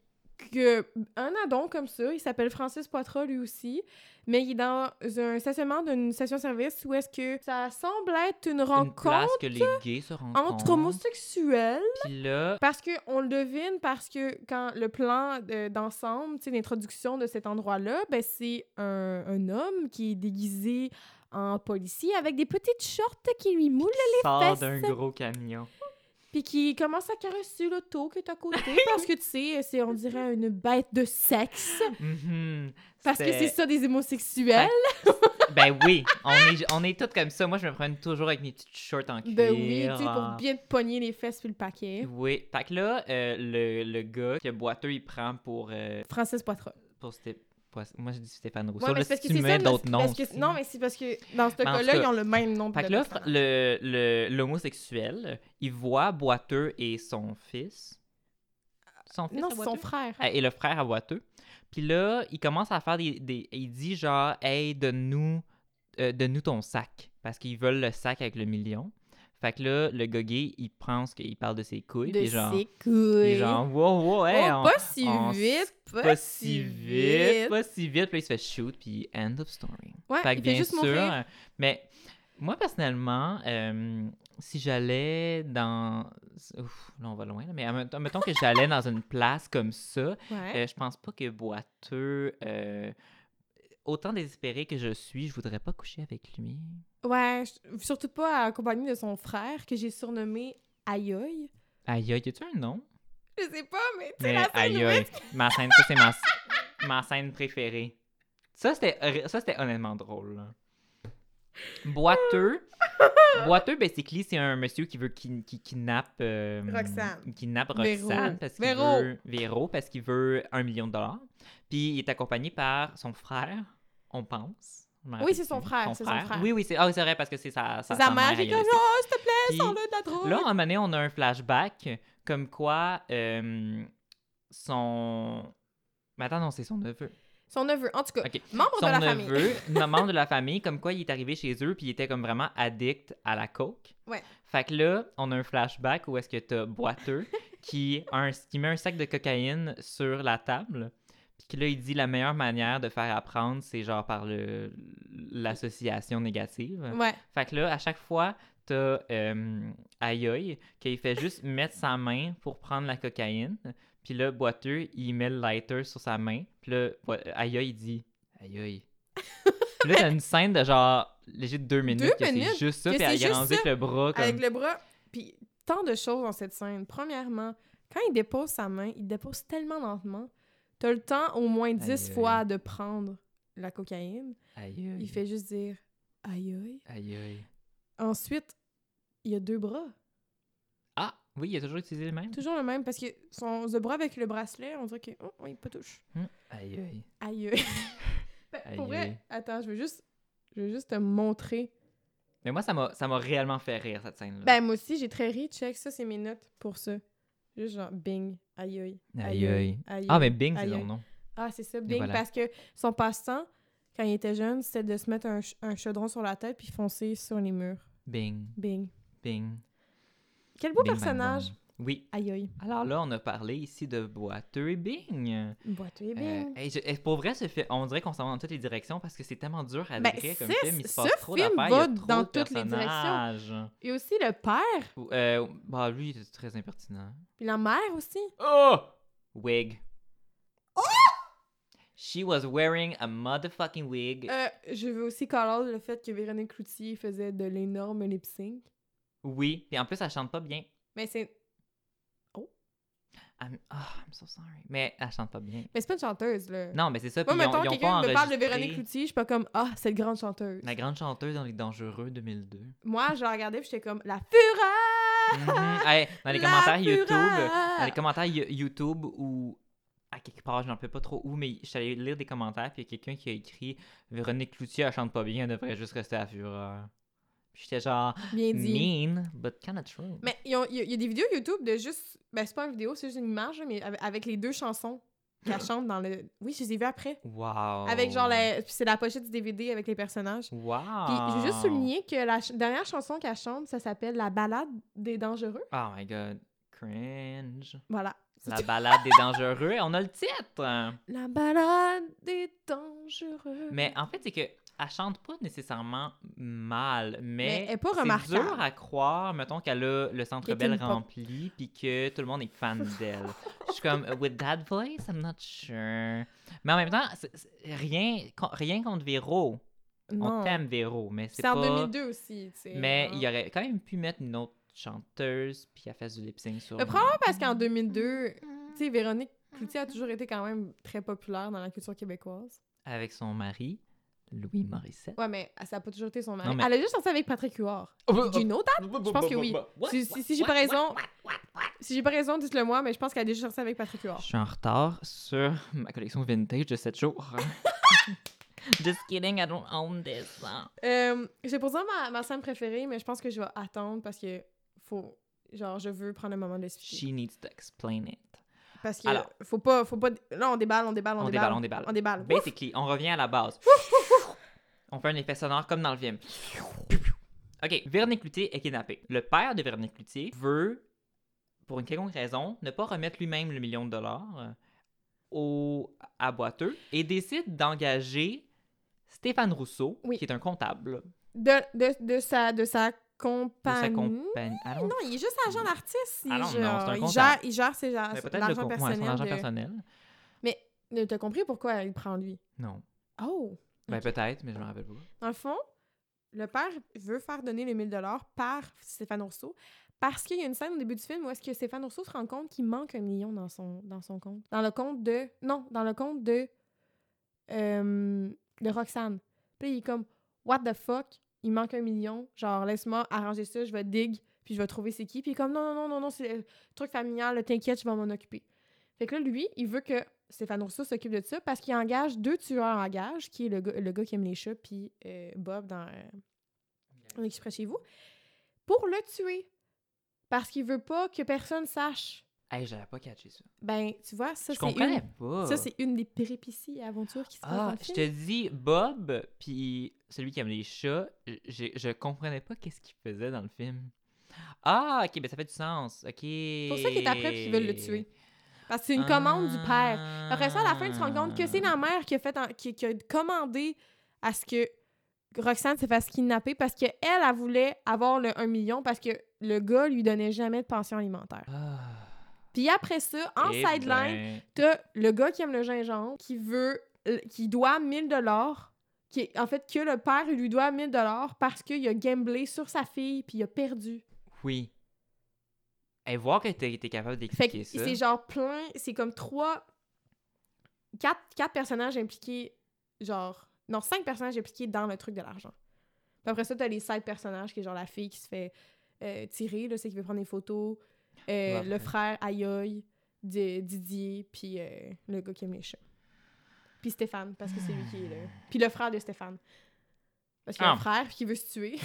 S2: que un adon comme ça, il s'appelle Francis Poitras lui aussi, mais il est dans un stationnement d'une station-service où est-ce que ça semble être une
S1: Une place
S2: rencontre
S1: que les gays se rencontrent.
S2: entre homosexuels.
S1: Puis là,
S2: Parce que on le devine parce que quand le plan euh, d'ensemble, tu sais, l'introduction de cet endroit-là, ben c'est un, un homme qui est déguisé en policier avec des petites shorts qui lui moulent,
S1: sort
S2: fesses.
S1: d'un gros camion.
S2: puis qui commence à caresser l'auto qui est
S1: <laughs>
S2: à côté parce que tu sais, c'est on dirait une bête de sexe
S1: Mhm.
S2: parce que c'est ça des homosexuels.
S1: Ben oui, on est, on est toutes comme ça. Moi, je me promène toujours avec mes petites shorts en cuir.
S2: Ben oui, tu sais, pour
S1: en-
S2: bien te pogner les fesses puis le paquet.
S1: Oui, fait que là, euh, le, le gars que boiteux, il prend pour... euh,
S2: Francis Poitras.
S1: pour Sté- pour- Moi, je dis Stéphane Rousseau.
S2: Ouais, mais
S1: là,
S2: c'est parce
S1: si
S2: que
S1: tu
S2: c'est
S1: me mets
S2: ça.
S1: d'autres
S2: parce-
S1: noms
S2: parce que-
S1: aussi.
S2: Non, mais c'est parce que dans ce
S1: Ben, en tout
S2: cas-là,
S1: cas-
S2: ils ont le même nom.
S1: Fait que là, fr- le, le, l'homosexuel, il voit boiteux et son fils. Son fils
S2: Non,
S1: à
S2: c'est
S1: Boiteux?
S2: son frère.
S1: Euh, et le frère à boiteux. Puis là, il commence à faire des. des- il dit genre, hey, donne-nous euh, donne-nous ton sac. Parce qu'ils veulent le sac avec le million. Fait que là, le gogué, il pense qu'il parle de ses couilles.
S2: de
S1: puis genre,
S2: ses
S1: il
S2: couilles.
S1: est genre, wow, wow, hey,
S2: Oh,
S1: on-
S2: pas si
S1: on s-
S2: vite, pas,
S1: pas si vite, pas si vite. Puis là, il se fait shoot, puis end of story.
S2: Ouais,
S1: Fait que
S2: Ah, il fait
S1: bien
S2: juste
S1: sûr,
S2: mourir.
S1: euh, mais moi personnellement, euh, si j'allais dans. Ouf, là on va loin, là, mais admettons mettons que j'allais dans une place comme ça,
S2: <laughs> Ouais.
S1: euh, je pense pas que boiteux. euh, autant désespéré que je suis, je voudrais pas coucher avec lui.
S2: Ouais, je- surtout pas accompagné de son frère que j'ai surnommé Aïe.
S1: Aïe, aïe, y a-tu un nom?
S2: Je sais pas, mais tu sais,
S1: Mais
S2: la scène où
S1: <laughs> aïe, aïe. Ma scène, ça, c'est ma, ma scène préférée. Ça, c'était ça, c'était honnêtement drôle. là.
S2: <laughs>
S1: Boiteux. Boiteux, basically, c'est un monsieur qui veut qui, qui kidnappe euh,
S2: Roxane.
S1: il kidnappe
S2: Véro.
S1: Roxane parce qu'il
S2: Véro.
S1: veut Véro parce qu'il veut un million de dollars. Puis il est accompagné par son frère, on pense. Je m'en
S2: Oui,
S1: rappelle
S2: c'est son
S1: plus.
S2: frère, c'est son frère.
S1: Oui, oui, c'est ah, oui, c'est vrai parce que c'est sa, sa,
S2: Sa,
S1: sa
S2: mère, qui est
S1: elle
S2: comme
S1: aussi.
S2: oh, s'il te plaît,
S1: Puis
S2: sors-le de la drogue.
S1: Là, à un moment donné, on a un flashback comme quoi euh, son. Mais attends, non, c'est son neveu.
S2: Son neveu, en tout cas,
S1: Ok.
S2: membre
S1: Son
S2: de la famille. <laughs>
S1: neveu, membre de la famille, comme quoi il est arrivé chez eux puis il était comme vraiment addict à la coke.
S2: Ouais.
S1: Fait que là, on a un flashback où est-ce que t'as
S2: <laughs>
S1: boiteux qui, a un, qui met un sac de cocaïne sur la table. Puis que là, il dit la meilleure manière de faire apprendre, c'est genre par le- l'association négative.
S2: Ouais.
S1: Fait que là, à chaque fois, t'as euh, Ayoy qui fait juste mettre sa main pour prendre la cocaïne. Puis là, boiteux, il met le lighter sur sa main. Puis là, Boi- Ayoy, il dit
S2: <laughs>
S1: Ayoy. Puis là, t'as une scène de genre, légit deux minutes, que
S2: minutes,
S1: c'est juste ça.
S2: que
S1: Puis
S2: c'est
S1: elle est
S2: juste
S1: rendue avec le bras comme.
S2: Avec le bras. Puis tant de choses dans cette scène. Premièrement, quand il dépose sa main, il dépose tellement lentement. T'as le temps au moins 10
S1: aïe.
S2: fois de prendre la cocaïne.
S1: Ayoye,
S2: Il fait juste dire aïe aïe.
S1: Ayoye.
S2: Ensuite, il y a deux bras.
S1: Ah, oui, il a toujours utilisé le même.
S2: Toujours le même parce que son le bras avec le bracelet, on dirait que oh, oh, il pas touche.
S1: Hum, Ayoye.
S2: Aïe aïe. <laughs> Ben,
S1: Aïe,
S2: Pour
S1: aïe.
S2: vrai, attends, je veux juste je veux juste te montrer.
S1: Mais moi, ça m'a ça m'a réellement fait rire, cette scène-là.
S2: Ben moi aussi, j'ai très ri, check ça c'est mes notes pour ça. Juste genre bing, aïe aïe.
S1: Aïe, aïe.
S2: aïe,
S1: ah, mais Bing, c'est
S2: Aïe,
S1: son
S2: aïe.
S1: nom.
S2: Ah, c'est ça, Bing,
S1: voilà.
S2: parce que son passe-temps, quand il était jeune, c'était de se mettre un, ch- un chaudron sur la tête puis foncer sur les murs.
S1: Bing,
S2: Bing.
S1: Bing.
S2: Quel beau
S1: Bing, bang,
S2: personnage!
S1: bang. Oui.
S2: Aïe aïe.
S1: Alors là, on a parlé ici de boiteux et bing.
S2: Boiteux et
S1: Euh,
S2: Bing.
S1: hey, je- hey, pour vrai, ce fi- on dirait qu'on s'en va dans toutes les directions parce que c'est tellement dur à
S2: Ben,
S1: décrire comme
S2: c'est-
S1: film. Il se
S2: ce
S1: passe trop
S2: film
S1: d'affaires. il y a
S2: va
S1: trop
S2: dans
S1: de
S2: toutes les
S1: personnages.
S2: Et aussi le père,
S1: Ou- euh, bah, lui, il est très impertinent.
S2: puis la mère aussi.
S1: Oh! Wig.
S2: Oh!
S1: She was wearing a motherfucking wig.
S2: Euh, je veux aussi call out le fait que Véronique Cloutier faisait de l'énorme lip sync.
S1: Oui, et en plus, elle chante pas bien.
S2: Mais c'est
S1: I'm, oh, I'm so sorry. Mais elle chante pas bien.
S2: mais c'est pas une chanteuse, là.
S1: Non, mais c'est ça.
S2: Moi,
S1: puis ils ont-
S2: mettons,
S1: ils ont
S2: quelqu'un
S1: pas
S2: me parle de
S1: enregistré
S2: Véronique Cloutier, je suis pas comme Ah, c'est une grande chanteuse.
S1: La grande chanteuse dans Les Dangereux 2002.
S2: Moi, je la regardais puis j'étais comme La fureur!
S1: Mhm. Hey, dans
S2: <laughs>
S1: les
S2: La
S1: commentaires YouTube,
S2: fureur!
S1: dans les commentaires Yo- YouTube ou à quelque part, je n'en peux pas trop où, mais je suis allée lire des commentaires, puis il y a quelqu'un qui a écrit Véronique Cloutier, elle chante pas bien, elle devrait juste rester à Fureur. Puis j'étais genre
S2: Bien dit.
S1: mean, but kinda true.
S2: Mais il y, a- il y a- il y a des vidéos YouTube de juste. Ben, c'est pas une vidéo, c'est juste une image, là, mais avec, avec les deux chansons
S1: <laughs>
S2: qu'elle chante dans le. Oui, je les ai vues après.
S1: Wow.
S2: Avec genre. La... puis C'est la pochette du DVD avec les personnages.
S1: Wow.
S2: Puis je
S1: Ah.
S2: veux juste souligner que la ch- dernière chanson qu'elle chante, ça s'appelle La balade des dangereux.
S1: Oh my god, cringe.
S2: Voilà. C'est
S1: La
S2: tout.
S1: balade des dangereux, on a le titre.
S2: La balade des dangereux.
S1: Mais en fait, c'est que elle chante pas nécessairement mal,
S2: Mais
S1: mais,
S2: elle est pas
S1: c'est
S2: remarquable.
S1: dur à croire, mettons qu'elle a le Centre
S2: Qu'elle est
S1: Bell
S2: une pop.
S1: rempli puis que tout le monde est fan
S2: <laughs>
S1: d'elle. Je suis comme with that voice, I'm not sure. Mais en même temps, c'est- c'est- rien con- rien contre Véro. On
S2: Non.
S1: t'aime Véro, mais c'est
S2: C'est
S1: pas
S2: en 2002 aussi, tu sais. Ah.
S1: mais
S2: genre.
S1: il aurait quand même pu mettre une autre chanteuse puis elle fasse du lip sync sur
S2: Le problème, parce qu'en 2002, tu sais, Véronique Cloutier a toujours été quand même très populaire dans la culture québécoise.
S1: avec son mari Louis Morissette.
S2: Ouais, mais ça n'a pas toujours été son mari.
S1: Non, mais-
S2: Elle a juste sorti avec Patrick Huard.
S1: Oh,
S2: Do you know that? Je pense que oui. Si, si- si j'ai pas raison, si j'ai pas raison, dites-le moi, mais je pense qu'elle a déjà sorti avec Patrick
S1: Je
S2: Huard.
S1: suis en retard sur ma collection vintage de 7 jours. Just kidding, I don't own this.
S2: Euh, J'ai pour ça ma, ma scène préférée, mais je pense que je vais attendre parce que faut. Genre, je veux prendre un moment de l'expliquer.
S1: She needs to explain it.
S2: Parce que
S1: Alors.
S2: faut pas. Faut pas. Là, on déballe, on déballe, on,
S1: On déballe,
S2: déballe,
S1: on déballe.
S2: On déballe. Ouf!
S1: Basically, on revient à la base. On fait un effet sonore comme dans le film. OK, Véronique Cloutier est kidnappée. Le père de Véronique Cloutier veut, pour une quelconque raison, ne pas remettre lui-même le million de dollars euh, au, à Boiteux et décide d'engager Stéphane Rousseau,
S2: Oui.
S1: qui est un comptable,
S2: De, de, de, sa, de sa
S1: de sa
S2: compagnie.
S1: Ben compagnie. I don't
S2: Non, il est juste agent d'artiste. Il,
S1: Ah non, non, c'est un
S2: genre- il
S1: comptable.
S2: gère, il gère ses Ah,
S1: Mais
S2: l'argent
S1: Ben, peut-être le con- ouais,
S2: personnel.
S1: son argent
S2: de-
S1: personnel.
S2: Mais t'as compris pourquoi il prend lui?
S1: Non.
S2: Oh!
S1: Ben
S2: Ok.
S1: peut-être, mais je me rappelle pas.
S2: Dans le fond, le père veut faire donner les 1000 dollars par Stéphane Rousseau parce qu'il y a une scène au début du film où est-ce que Stéphane Rousseau se rend compte qu'il manque un million dans son, dans son compte. Dans le compte de... Non, dans le compte de... euh, de Roxane. Puis il est comme What the fuck? Il manque un million. Genre, laisse-moi arranger ça, je vais dig, puis je vais trouver c'est qui. Puis il est comme Non, non, non, non, non, c'est le truc familial, là, t'inquiète, je vais m'en occuper. Fait que là, lui, il veut que Stéphane Rousseau s'occupe de ça parce qu'il engage deux tueurs à gage, qui est le, gars- le gars qui aime les chats, puis euh, Bob dans euh, Exprès chez vous, pour le tuer. Parce qu'il veut pas que personne sache.
S1: Hey, j'avais pas catché ça.
S2: Ben, tu vois, ça,
S1: je
S2: c'est une-
S1: comprenais pas.
S2: ça, c'est une des péripéties et aventures qui se passent dans
S1: Ah,
S2: le
S1: je
S2: film.
S1: te dis, Bob, puis celui qui aime les chats, j'ai- je comprenais pas qu'est-ce qu'il faisait dans le film. Ah, ok, ben ça fait du sens. Ok.
S2: pour ça qu'il est après puis qu'ils veulent le tuer. Parce que c'est une commande du père. Après ça, à la fin, tu te rends compte que c'est la mère qui a, fait en- qui, qui a commandé à ce que Roxane se fasse kidnapper parce qu'elle, elle elle voulait avoir le 1 million parce que le gars lui donnait jamais de pension alimentaire.
S1: Ah,
S2: Puis après ça, en
S1: eh
S2: sideline,
S1: ben,
S2: t'as le gars qui aime le gingembre qui veut, qui doit 1000 dollars. Qui est- en fait, que le père il lui doit 1000 dollars parce qu'il a gamblé sur sa fille puis il a perdu.
S1: Oui. Et voir que t'es t'es capable
S2: Fait que
S1: d'expliquer ça.
S2: c'est genre plein, c'est comme trois, quatre, quatre personnages impliqués, genre, non, cinq personnages impliqués dans le truc de l'argent. Puis après ça, t'as les cinq personnages qui est genre la fille qui se fait euh, tirer, là, c'est qui veut prendre des photos, euh,
S1: Ouais.
S2: le frère Ayoy, de Didier, puis euh, le gars qui aime les chats. Puis Stéphane, parce que c'est lui qui est là. Puis le frère de Stéphane. Parce qu'il y a un
S1: Ah.
S2: frère qui veut se tuer.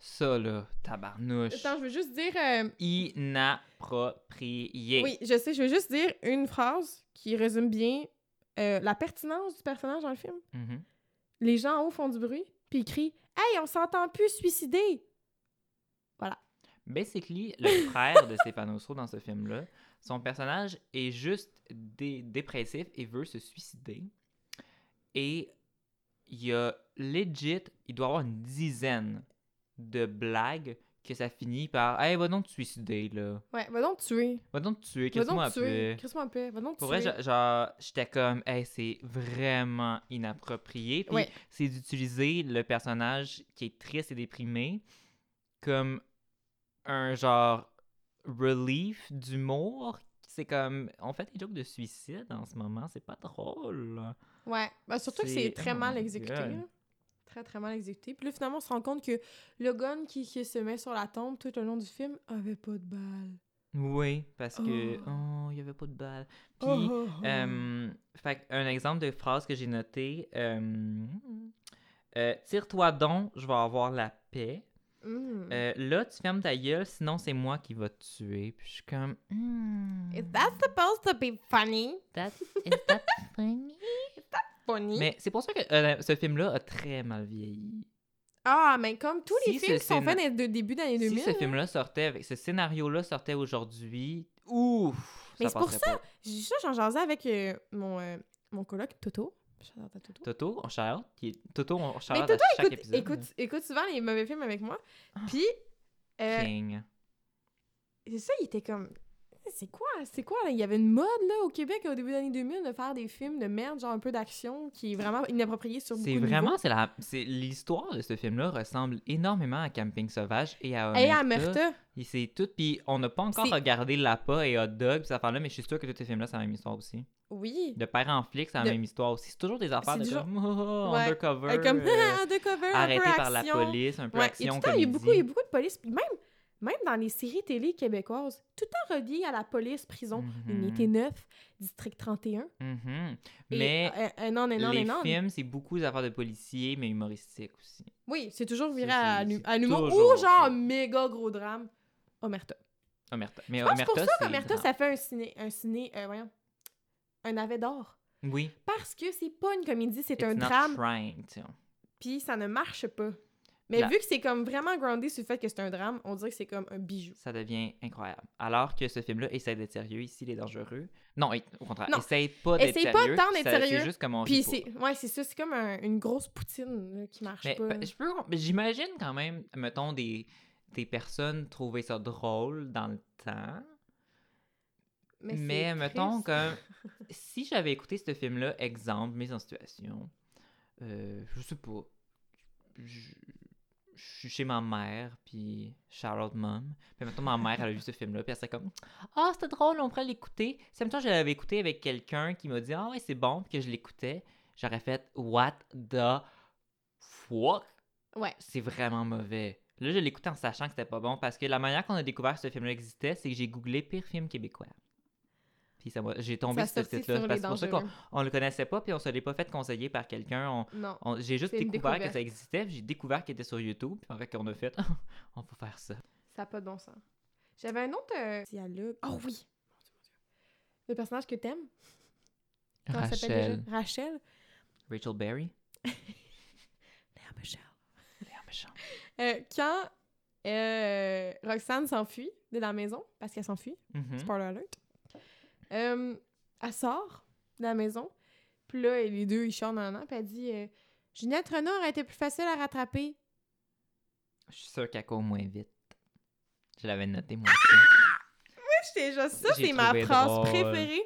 S1: Ça, là, tabarnouche.
S2: Attends, je veux juste dire... euh,
S1: Inapproprié.
S2: Oui, je sais, je veux juste dire une phrase qui résume bien euh, la pertinence du personnage dans le film.
S1: Mhm.
S2: Les gens en haut font du bruit, puis ils crient Hey, on s'entend plus suicider
S1: Basically,
S2: <laughs>
S1: le frère de Stéphane Rousseau dans ce film-là, son personnage est juste dé- dépressif et veut se suicider. Et il y a legit, il doit avoir une dizaine de blagues que ça finit par Hey, va donc te suicider, là.
S2: Ouais, va donc tuer.
S1: Va donc te tuer,
S2: Va
S1: qu'est-ce que moi
S2: donc
S1: après.
S2: tuer. Chris-moi un peu. Va donc
S1: Pour
S2: tuer.
S1: vrai, je- genre, j'étais comme, hey, c'est vraiment inapproprié. Puis
S2: Ouais.
S1: c'est d'utiliser le personnage qui est triste et déprimé comme un genre relief d'humour. C'est comme, on fait des jokes de suicide en ce moment, c'est pas drôle.
S2: Ouais. Ben, surtout que
S1: C'est-
S2: c'est très
S1: oh
S2: mal
S1: my
S2: exécuté.
S1: God.
S2: là. Très, très mal exécuté. Puis là, finalement, on se rend compte que le gun qui, qui se met sur la tombe tout le long du film avait pas de balle.
S1: Oui, parce que,
S2: Oh.
S1: oh, il y avait pas de balle. Puis,
S2: Oh, oh, oh.
S1: Euh, fait que un exemple de phrase que j'ai notée euh, euh, Tire-toi donc, je vais avoir la paix.
S2: Mm.
S1: Euh, là, tu fermes ta gueule, sinon c'est moi qui va te tuer. Puis je suis comme. Hmm,
S2: Is that supposed to be funny?
S1: that- is that
S2: <laughs>
S1: funny?
S2: Funny.
S1: Mais c'est pour ça que euh, ce film-là a très mal vieilli.
S2: Ah, mais comme tous les
S1: Si
S2: films
S1: ce
S2: qui sont
S1: scénar-
S2: faits dans le début d'année 2000.
S1: Si ce film-là sortait, avec ce scénario-là sortait aujourd'hui, ouf!
S2: Mais c'est pour
S1: passerait pas.
S2: J'ai dit ça, j'en jasais avec euh, mon, euh, mon coloc Toto. Shout out à Toto.
S1: Toto, on shout-out, qui est- Toto, on shout-out
S2: Mais
S1: à
S2: Toto
S1: chaque
S2: écoute,
S1: épisode. Ah.
S2: écoute, écoute souvent les mauvais films avec moi. Puis, euh,
S1: King.
S2: c'est ça, il était comme. C'est quoi? C'est quoi? Là? Il y avait une mode là, au Québec au début des années 2000 de faire des films de merde, genre un peu d'action, qui est vraiment inapproprié sur beaucoup
S1: C'est
S2: de
S1: vraiment,
S2: niveaux.
S1: c'est la, c'est l'histoire de ce film-là ressemble énormément à Camping Sauvage et à
S2: Et
S1: Omerta.
S2: Amerta,
S1: Et c'est tout, puis on n'a pas encore
S2: C'est-
S1: regardé Lapa et Hot Dog, puis cette affaire-là, mais je suis sûr que tous ces films-là, c'est la même histoire aussi.
S2: oui.
S1: De père en flic, c'est la
S2: De-
S1: même histoire aussi. C'est toujours des affaires
S2: C'est
S1: de
S2: toujours-
S1: comme, oh,
S2: Ouais.
S1: undercover,
S2: Euh, comme <laughs>
S1: euh,
S2: undercover, un peu
S1: arrêté par la
S2: action.
S1: police, un peu
S2: Ouais, et tout
S1: action,
S2: le temps, il y a
S1: comédie.
S2: beaucoup, il y a beaucoup de police. Puis même, même dans les séries télé québécoises, tout le temps relié à la police,
S1: Mm.
S2: prison. Unité 9, District 31.
S1: Mhm.
S2: Et,
S1: Mais
S2: euh, euh, non, non, non,
S1: les
S2: non.
S1: films, c'est beaucoup d'affaires de policiers, mais humoristiques aussi.
S2: Oui, c'est toujours viré
S1: Ça,
S2: à,
S1: c'est-
S2: l'hu-
S1: c'est
S2: à l'humour ou
S1: toujours
S2: genre
S1: ça.
S2: méga gros drame. Omerta.
S1: Omerta. Mais
S2: Je pense que c'est pour
S1: Omerta,
S2: ça qu'Omerta,
S1: grand.
S2: ça fait un ciné, un ciné, euh, voyons, un avet d'or.
S1: Oui.
S2: Parce que c'est pas une comédie, c'est un
S1: It's not
S2: drame,
S1: trying to.
S2: puis ça ne marche pas. Mais
S1: La-
S2: vu que c'est comme vraiment groundé sur le fait que c'est un drame, on dirait que c'est comme un bijou.
S1: ça devient incroyable. Alors que ce film-là essaie d'être sérieux, ici, il est dangereux. Non, il- au contraire,
S2: Non.
S1: essaye pas d'être
S2: Essaye
S1: sérieux.
S2: pas tant d'être
S1: ça-
S2: sérieux,
S1: C'est juste comme on rit
S2: Puis
S1: pas.
S2: c'est, ouais, c'est ça, c'est comme un- une grosse poutine là, qui marche
S1: Mais
S2: pas.
S1: ben, je peux, mais j'imagine quand même, mettons, des, des personnes trouver ça drôle dans le temps. Mais,
S2: c'est <laughs>
S1: mettons,
S2: triste.
S1: comme si j'avais écouté ce film-là, exemple, mise en situation, euh, je sais pas, je je suis chez ma mère, puis Charlotte Mom. Puis mettons, ma mère, elle a
S2: <laughs>
S1: vu ce film-là, puis elle serait comme Ah, c'était drôle, on pourrait l'écouter. C'est en même temps, je l'avais écouté avec quelqu'un qui m'a dit Ah, ouais, c'est bon, puis que je l'écoutais. j'aurais fait What the fuck?
S2: Ouais.
S1: C'est vraiment mauvais. Là, je l'écoutais en sachant que c'était pas bon parce que la manière qu'on a découvert que ce film-là existait, c'est que j'ai googlé pire film québécois. Puis ça m'a- j'ai tombé
S2: ça
S1: sur ce
S2: sortit
S1: titre-là.
S2: sur
S1: parce
S2: les
S1: que C'est pour ça
S2: dangereux.
S1: qu'on on le connaissait pas, puis on se l'est pas fait conseiller par quelqu'un. On-
S2: Non.
S1: on- j'ai juste
S2: C'est une
S1: découvert que
S2: découverte.
S1: ça existait, puis j'ai découvert qu'il était sur YouTube, puis après qu'on a
S2: <laughs>
S1: fait, on peut faire ça.
S2: Ça n'a pas de bon sens. J'avais un autre euh, dialogue. Oh oui! Le personnage que t'aimes? Comment elle s'appelle déjà?
S1: Rachel.
S2: Rachel?
S1: Rachel Berry.
S2: Léa Michel.
S1: Léa Méchant.
S2: Euh, quand euh, Roxane s'enfuit de la maison, parce qu'elle s'enfuit,
S1: Mhm.
S2: spoiler alert, euh, elle sort de la maison, puis là, et les deux, ils chantent un an, puis elle dit euh, Ginette Renaud aurait été plus facile à rattraper.
S1: Je suis sûre qu'elle court moins vite. Je l'avais noté,
S2: Ah!
S1: moi aussi.
S2: J'étais genre, ça,
S1: J'ai
S2: c'est ma
S1: trouvé
S2: phrase
S1: drôle.
S2: préférée.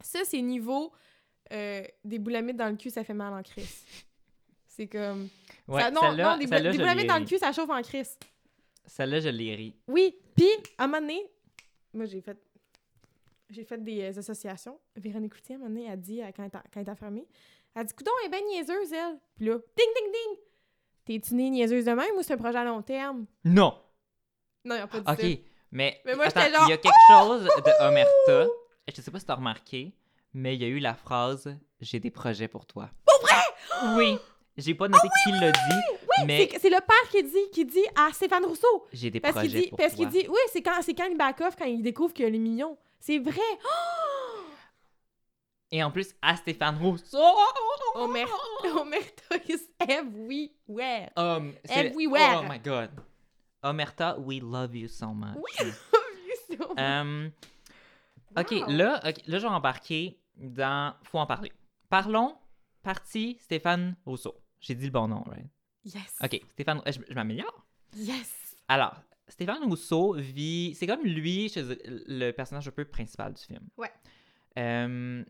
S2: Ça, c'est niveau euh, des boulamites dans le cul, ça fait mal en crise. C'est comme.
S1: Ouais,
S2: ça- non,
S1: celle-là,
S2: non, des, boula-
S1: celle-là,
S2: des
S1: je l'ai
S2: boulamites dans le
S1: ri.
S2: cul, ça chauffe en crise.
S1: Celle-là, je l'ai ri.
S2: Oui, puis, à un moment donné, moi, j'ai fait. J'ai fait des euh, associations. Véronique Coutier, à un moment donné, elle dit, euh, quand elle t'a- quand elle t'a fermée, elle dit Coudon, elle est bien niaiseuse, elle. Puis là, ding, ding, ding T'es-tu née niaiseuse de même ou c'est un projet à long terme
S1: Non!
S2: Non, ils n'ont pas dit
S1: Ah, Ok,
S2: ça.
S1: mais,
S2: Mais moi,
S1: attends,
S2: j'étais genre, Ah!
S1: il y a quelque chose de Omerta. Je sais pas si t'as remarqué, mais il y a eu la phrase J'ai des projets pour toi. Pour vrai? Oui. J'ai pas
S2: Ah
S1: noté qui l'a dit, mais
S2: C'est- C'est le père qui dit, qui dit à Stéphane Rousseau
S1: j'ai des
S2: Parce
S1: projets
S2: qu'il dit,
S1: pour
S2: parce
S1: toi.
S2: qu'il dit, oui, c'est quand, c'est quand il back off, quand il découvre qu'il est mignon. C'est vrai.
S1: Et en plus, à Stéphane Rousseau.
S2: Oh,
S1: Oh,
S2: Homer, Omerta <laughs> is
S1: <laughs>
S2: everywhere.
S1: Um, c'est-
S2: oh, Everywhere.
S1: Oh my god. Omerta, we love you so much.
S2: Oui.
S1: Oh,
S2: Euh,
S1: Um, OK,
S2: Wow.
S1: là, ok, là, je vais embarquer dans. Faut en parler. Parlons, parti Stéphane Rousseau. J'ai dit le bon nom, right?
S2: yes.
S1: OK, Stéphane, euh, je, je m'améliore.
S2: Yes.
S1: Alors, Stéphane Rousseau vit. C'est comme lui, je dirais, le personnage un peu principal du film.
S2: Ouais.
S1: Euh,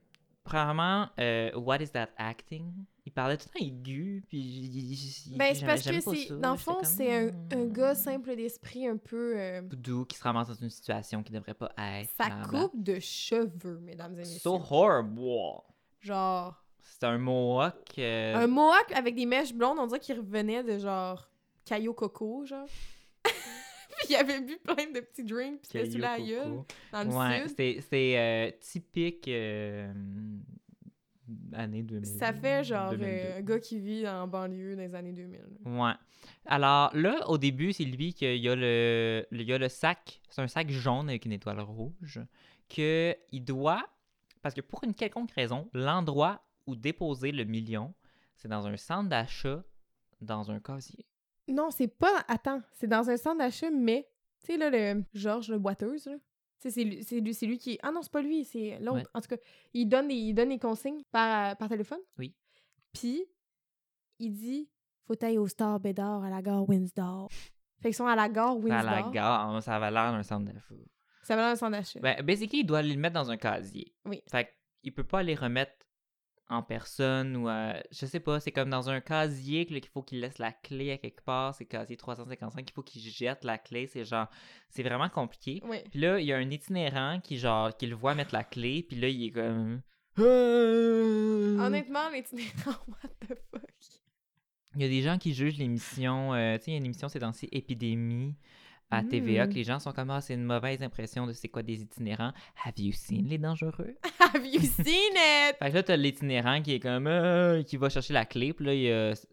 S1: premièrement, euh, What is that acting? Il parlait tout le temps aigu, puis. j- j- j-
S2: Ben, c'est
S1: j'aimais-
S2: parce que
S1: j'aimais pas
S2: c'est,
S1: ça.
S2: dans le
S1: J'étais
S2: fond,
S1: comme,
S2: c'est un, un
S1: hmm.
S2: gars simple d'esprit, un peu. euh,
S1: doux qui se ramasse dans une situation qui ne devrait pas être.
S2: sa
S1: blablabla.
S2: coupe de cheveux, mesdames et messieurs.
S1: So horrible.
S2: Genre,
S1: C'est un mohawk. euh,
S2: un mohawk avec des mèches blondes, on dirait qu'il revenait de genre Caillou Coco, genre. <laughs> puis il avait bu plein de petits drinks, puis c'était sous la
S1: Caillou
S2: gueule,
S1: Coco.
S2: dans le
S1: Ouais,
S2: sud.
S1: c'est- c'est euh, typique euh, année 2000.
S2: Ça fait genre
S1: 2002.
S2: euh, un gars qui vit en banlieue dans les années 2000. là.
S1: Ouais. Alors là, au début, c'est lui qu'il a le, le- il y a le sac. C'est un sac jaune avec une étoile rouge que il doit, parce que pour une quelconque raison, l'endroit où déposer le million, c'est dans un centre d'achat, dans un casier.
S2: Non, c'est pas. Attends, c'est dans un centre d'achat, mais. Tu sais, là, le Georges, le boiteuse, là. Tu sais, c'est lui, c'est lui, c'est lui qui. Ah non, c'est pas lui, c'est l'autre.
S1: Ouais.
S2: En tout cas, il donne des, il donne des consignes par, par téléphone.
S1: Oui.
S2: Puis, il dit Faut aller au Star Bédard à la gare Windsor. Fait qu'ils sont à la gare Windsor.
S1: À la gare, hein, ça avait l'air d'un centre d'achat.
S2: Ça va dans un centre d'achat.
S1: Ben, basically, il doit le mettre dans un casier.
S2: Oui.
S1: Fait qu'il peut pas les remettre en personne ou euh, je sais pas, c'est comme dans un casier que là, qu'il faut qu'il laisse la clé à quelque part, c'est casier 355, il faut qu'il jette la clé, c'est genre c'est vraiment compliqué.
S2: Oui.
S1: Puis là, il y a un itinérant qui genre qui le voit mettre la clé, puis là il est comme il
S2: <laughs> Honnêtement, l'itinérant, what the fuck.
S1: y a des gens qui jugent l'émission, euh, tu sais, il y a une émission c'est dans ces épidémies à TVA
S2: Mm.
S1: que les gens sont comme ah, c'est une mauvaise impression de c'est quoi des itinérants. Have you seen les dangereux
S2: Have you seen it?
S1: Fait que là, t'as l'itinérant qui est comme. euh, qui va chercher la clé. Puis là, il y a S-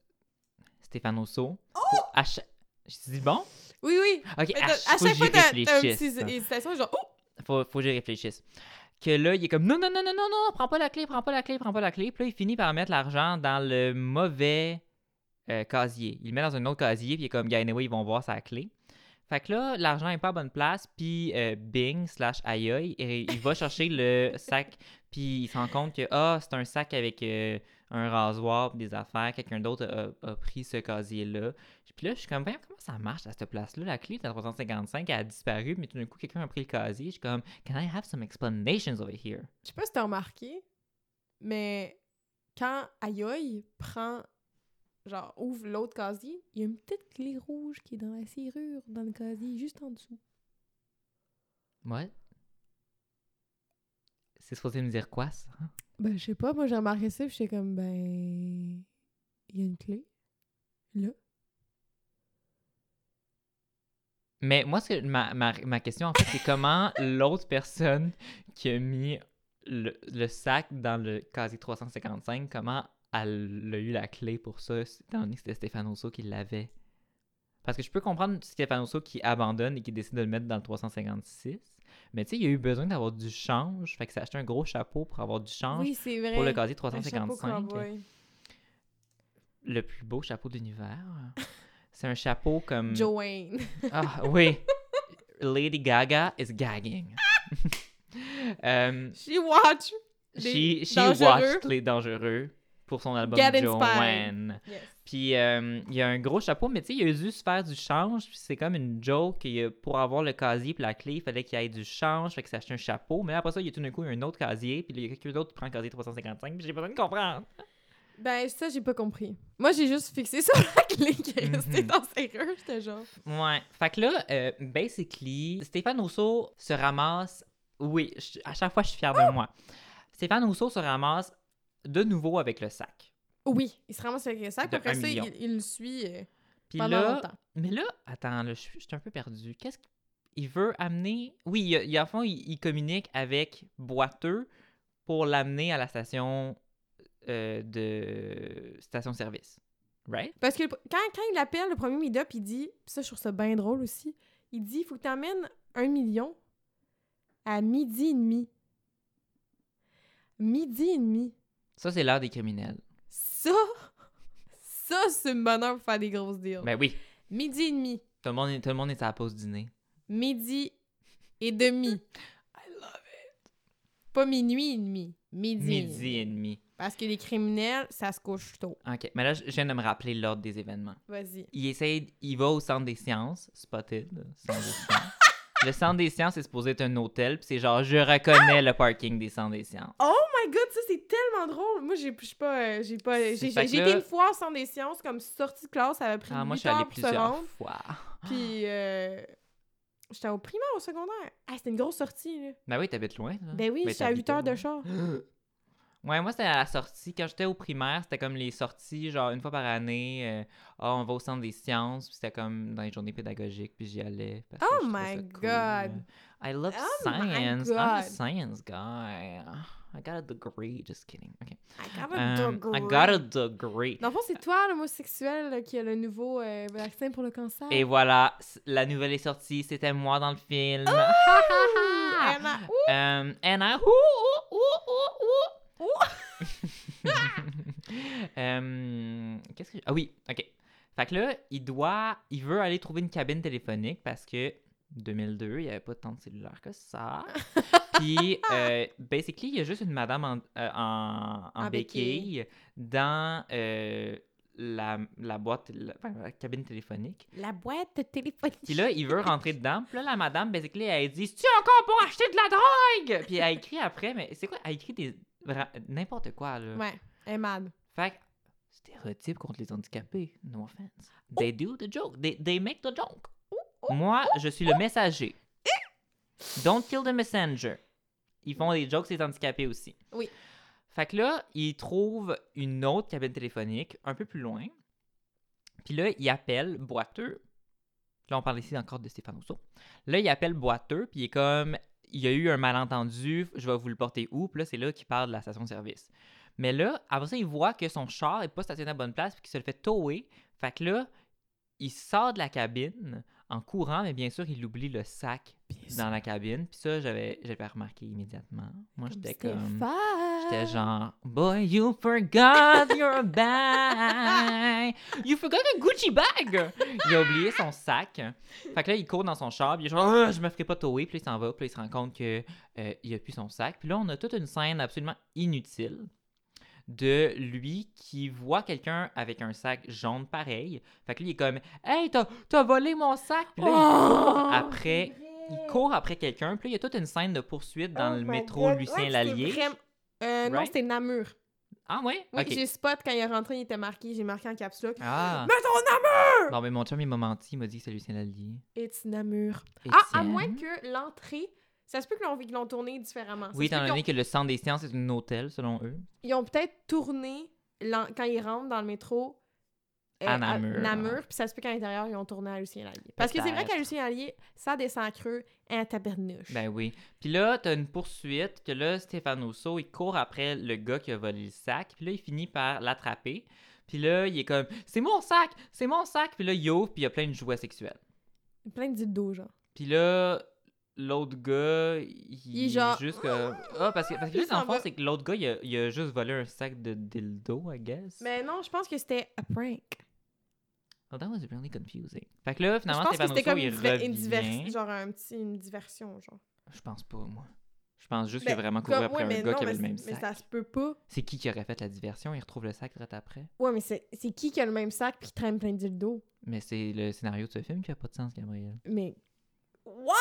S1: Stéphane Rousseau. Faut à cha- Je dis bon?
S2: Oui, oui.
S1: Ok,
S2: Oh! Mais
S1: à,
S2: t'as-
S1: chaque faut que j'y
S2: fois, t'as- t'as une
S1: réfléchisse.
S2: petite hésitation, genre, oh!
S1: Faut, faut que j'y réfléchisse. Que là, il est comme non, non, non, non, non, non, prends pas la clé, prends pas la clé, prends pas la clé. Puis là, il finit par mettre l'argent dans le mauvais euh, casier. Il le met dans un autre casier, puis il est comme, yeah, anyway, ils vont voir sa clé. Fait que là, l'argent est pas à bonne place, puis euh, Bing slash aïe aïe, et il va chercher le sac, puis il se rend compte que, ah, c'est un sac avec euh, un rasoir, puis des affaires, quelqu'un d'autre a, a pris ce casier-là. Puis là, je suis comme, voyons, comment ça marche à cette place-là? La clé de la 355, elle a disparu, mais tout d'un coup, quelqu'un a pris le casier. Je suis comme, can I have some explanations over here?
S2: Je sais pas si t'as remarqué, mais quand Ayoy prend, genre, ouvre l'autre casier, il y a une petite clé rouge qui est dans la serrure, dans le casier, juste en dessous.
S1: What? C'est supposé me dire quoi, ça?
S2: Ben, je sais pas, moi j'ai remarqué ça, puis j'étais comme, ben. Il y a une clé. Là.
S1: Mais moi, ce que- ma, ma, ma question, en fait, c'est comment l'autre personne qui a mis le, le sac dans le casier 355, comment elle a eu la clé pour ça, étant donné que c'était Stéphanoso qui l'avait? Parce que je peux comprendre Stéphanoso qui abandonne et qui décide de le mettre dans le 356, mais tu sais, il a eu besoin d'avoir du change, fait que s'est acheté un gros chapeau pour avoir du change
S2: Oui, c'est vrai.
S1: pour le casier
S2: Un chapeau
S1: 355.
S2: cowboy.
S1: Le plus beau chapeau de l'univers. C'est un chapeau comme...
S2: Joanne. <laughs>
S1: Ah oui. Lady Gaga is gagging. <laughs> um,
S2: She watch.
S1: she
S2: Les
S1: she
S2: dangereux.
S1: watched Les Dangereux pour son album
S2: Get
S1: Joanne.
S2: Yes.
S1: Puis euh, il y a un gros chapeau, mais tu sais, il a dû se faire du change. Puis c'est comme une joke. il a- pour avoir le casier puis la clé, il fallait qu'il y ait du change. Fait qu'il s'achète un chapeau. Mais après ça, il y a tout d'un coup un autre casier. Puis là, il y a quelqu'un d'autre qui prend le casier 355. Puis j'ai pas besoin de comprendre.
S2: Ben, ça, j'ai pas compris. Moi, j'ai juste fixé sur <laughs> la clé qui est restée
S1: Mhm.
S2: dans ses rues, j'étais genre.
S1: Ouais. Fait que là, euh, basically, Stéphane Rousseau se ramasse. Oui, je- à chaque fois, je suis fière de moi. Stéphane Rousseau se ramasse de nouveau avec le sac.
S2: Oui, il se ramasse avec le sac,
S1: De
S2: puis après
S1: un
S2: ça,
S1: million.
S2: il, il le suit euh,
S1: Puis
S2: pendant
S1: là,
S2: longtemps.
S1: mais là, attends, là, je suis je suis un peu perdu. Qu'est-ce qu'il veut amener Oui, il, il- en fond, il, il communique avec Boiteux pour l'amener à la station euh, de station-service. Right
S2: Parce que le- quand, quand il appelle le premier meet-up, il dit, pis ça, je trouve ça bien drôle aussi, il dit, il faut que t'emmènes un million à midi et demi. Midi et demi.
S1: Ça, c'est l'heure des criminels.
S2: Ça, <laughs> ça, c'est une bonne heure pour faire des grosses deals.
S1: Ben oui,
S2: Midi et demi.
S1: tout le monde est, tout le monde est à la pause dîner.
S2: Midi
S1: <laughs>
S2: et demi. Pas minuit et demi. Midi. et
S1: Midi et demi.
S2: Parce que les criminels, ça se couche tôt.
S1: OK. Mais là, je je viens de me rappeler l'ordre des événements.
S2: Vas-y.
S1: Il essaye, il va au centre des sciences, spotted, le centre des
S2: <laughs>
S1: sciences. Le centre des sciences est supposé être un hôtel, puis c'est genre, je reconnais le parking des centres des sciences.
S2: Oh my god, ça c'est tellement drôle. Moi, j'ai je suis pas. euh, J'ai pas.
S1: C'est
S2: J'ai j'ai
S1: fait que
S2: été
S1: là-
S2: une fois en centre des sciences, comme sortie de classe, ça avait pris
S1: Ah, moi, je
S2: 8
S1: suis allée
S2: heures pour se
S1: plusieurs
S2: rendre.
S1: fois.
S2: Puis. euh, J'étais au primaire, au secondaire. Ah, c'était une grosse sortie, là.
S1: Ben oui, t'habites loin, là.
S2: Ben oui, j'étais à 8
S1: t'habitais
S2: heures de
S1: loin. <gasps>
S2: char.
S1: Ouais, moi, c'était à la sortie. Quand j'étais au primaire, c'était comme les sorties, genre, une fois par année. euh, Ah, on va au centre des sciences, puis c'était comme dans les journées pédagogiques, puis j'y allais. parce que
S2: Oh
S1: je trouvais
S2: my
S1: ça cool. euh.
S2: God.
S1: I love
S2: Oh my
S1: science. I'm a
S2: God.
S1: science guy. I got a degree. Just kidding. OK.
S2: I got a
S1: Um, I
S2: degree.
S1: got a degree.
S2: Dans le fond, c'est toi, l'homosexuel, là, qui a le nouveau euh, vaccin pour le cancer. <laughs>
S1: Et voilà, c- la nouvelle est sortie, c'était moi dans le film. <laughs>
S2: Ah, Emma, ouh,
S1: Euh, Anna, ouh, ouh, ouh, ouh, ouh, ouh. <laughs> Euh, Qu'est-ce que... Ah oui, ok. Fait que là, il doit... Il veut aller trouver une cabine téléphonique parce que 2002, il n'y avait pas tant de cellulaires que
S2: <laughs>
S1: ça. Puis, euh, basically, il y a juste une madame en, euh, en, en
S2: En béquille.
S1: béquille dans euh, la, la boîte, la- enfin, la cabine téléphonique.
S2: La boîte téléphonique.
S1: Puis là, il veut rentrer dedans. Puis là, la madame, basically, elle dit Tu encore pour acheter de la drogue Puis elle écrit après, mais c'est quoi Elle écrit des. vra- n'importe quoi, là.
S2: Ouais, elle est mad.
S1: Fait que, stéréotype contre les handicapés, no offense. They do the joke, they, they make the joke. Moi, je suis le messager. Don't kill the messenger. Ils font des jokes, les handicapés aussi.
S2: Oui.
S1: Fait que là, ils trouvent une autre cabine téléphonique un peu plus loin. Puis là, ils appellent boiteux. Là, on parle ici encore de Stéphane Rousseau. Là, il appelle boiteux, puis il est comme il y a eu un malentendu, je vais vous le porter où? Puis là, c'est là qu'il parle de la station-service. Mais là, après ça, il voit que son char est pas stationné à la bonne place, puis qu'il se le fait tower. Fait que là, il sort de la cabine en courant, mais bien sûr, il oublie le sac dans la cabine. Puis ça, j'avais j'avais remarqué immédiatement. Moi, j'étais comme. J'étais genre, boy, you forgot your bag. You forgot a Gucci bag. Il a oublié son sac. Fait que là, il court dans son char, puis il est genre, Ah, je me ferai pas tower. Puis là, il s'en va, puis là, il se rend compte qu'il il a plus son sac. Puis là, on a toute une scène absolument inutile de lui qui voit quelqu'un avec un sac jaune pareil. Fait que lui, il est comme, hey, t'as t'as volé mon sac. Puis là, il
S2: Oh!
S1: court après. Il court après quelqu'un, puis là, il y a toute une scène de poursuite
S2: Oh
S1: dans le métro Lucien Lallier.
S2: euh, Non,
S1: Right?
S2: c'était Namur.
S1: Ah ouais?
S2: Oui,
S1: Ok.
S2: j'ai spot quand il est rentré, il était marqué, j'ai marqué en capsule.
S1: Ah.
S2: Mais ton Namur!
S1: Bon, mais mon chum, il m'a menti, il m'a dit que c'est Lucien Lallier.
S2: It's Namur. Ah, à
S1: Étienne.
S2: moins que l'entrée, Ça se peut qu'ils l'ont- qu'ils l'ont tourné différemment. Ça
S1: Oui,
S2: se peut
S1: étant
S2: qu'ils ont-
S1: donné que le Centre des sciences est un hôtel, selon eux.
S2: ils ont peut-être tourné l'en- quand ils rentrent dans le métro euh,
S1: À Namur.
S2: puis ça se peut qu'à l'intérieur, ils ont tourné à Lucien Lallier. Parce que c'est vrai
S1: Peut-être.
S2: qu'à Lucien Lallier, ça descend creux à tabernouche.
S1: Ben oui. Puis là, t'as une poursuite que là, Stéphane Rousseau, il court après le gars qui a volé le sac. Puis là, il finit par l'attraper. Puis là, il est comme C'est mon sac C'est mon sac Puis là, il ouvre, puis il y a plein de jouets sexuels.
S2: Plein de dildos, genre.
S1: Puis là, l'autre gars, il,
S2: Il est genre-
S1: juste
S2: <laughs>
S1: comme. Ah, parce que, parce que
S2: Il
S1: là, dans le
S2: s'en va.
S1: fond, c'est que l'autre gars, il a, il a juste volé un sac de dildo, I guess.
S2: Mais non, je pense que c'était un prank.
S1: Oh, that was really confusing. Fait que là, finalement,
S2: je pense que
S1: Stéphane Rousseau,
S2: c'était comme
S1: il
S2: une, diver- une
S1: revient.
S2: diversi- genre un petit, une diversion, genre.
S1: Je pense pas, moi. Je pense juste qu'il
S2: Ben,
S1: a vraiment couru
S2: comme-
S1: après
S2: ouais,
S1: un
S2: mais
S1: gars
S2: non,
S1: qui avait
S2: mais
S1: le même
S2: c'est- Mais
S1: sac.
S2: ça se peut pas.
S1: C'est qui qui aurait fait la diversion? Il retrouve le sac direct après.
S2: Ouais, mais c'est c'est qui qui a le même sac puis qui traîne plein de dildos?
S1: Mais c'est le scénario de ce film qui a pas de sens, Gabriel.
S2: Mais. What?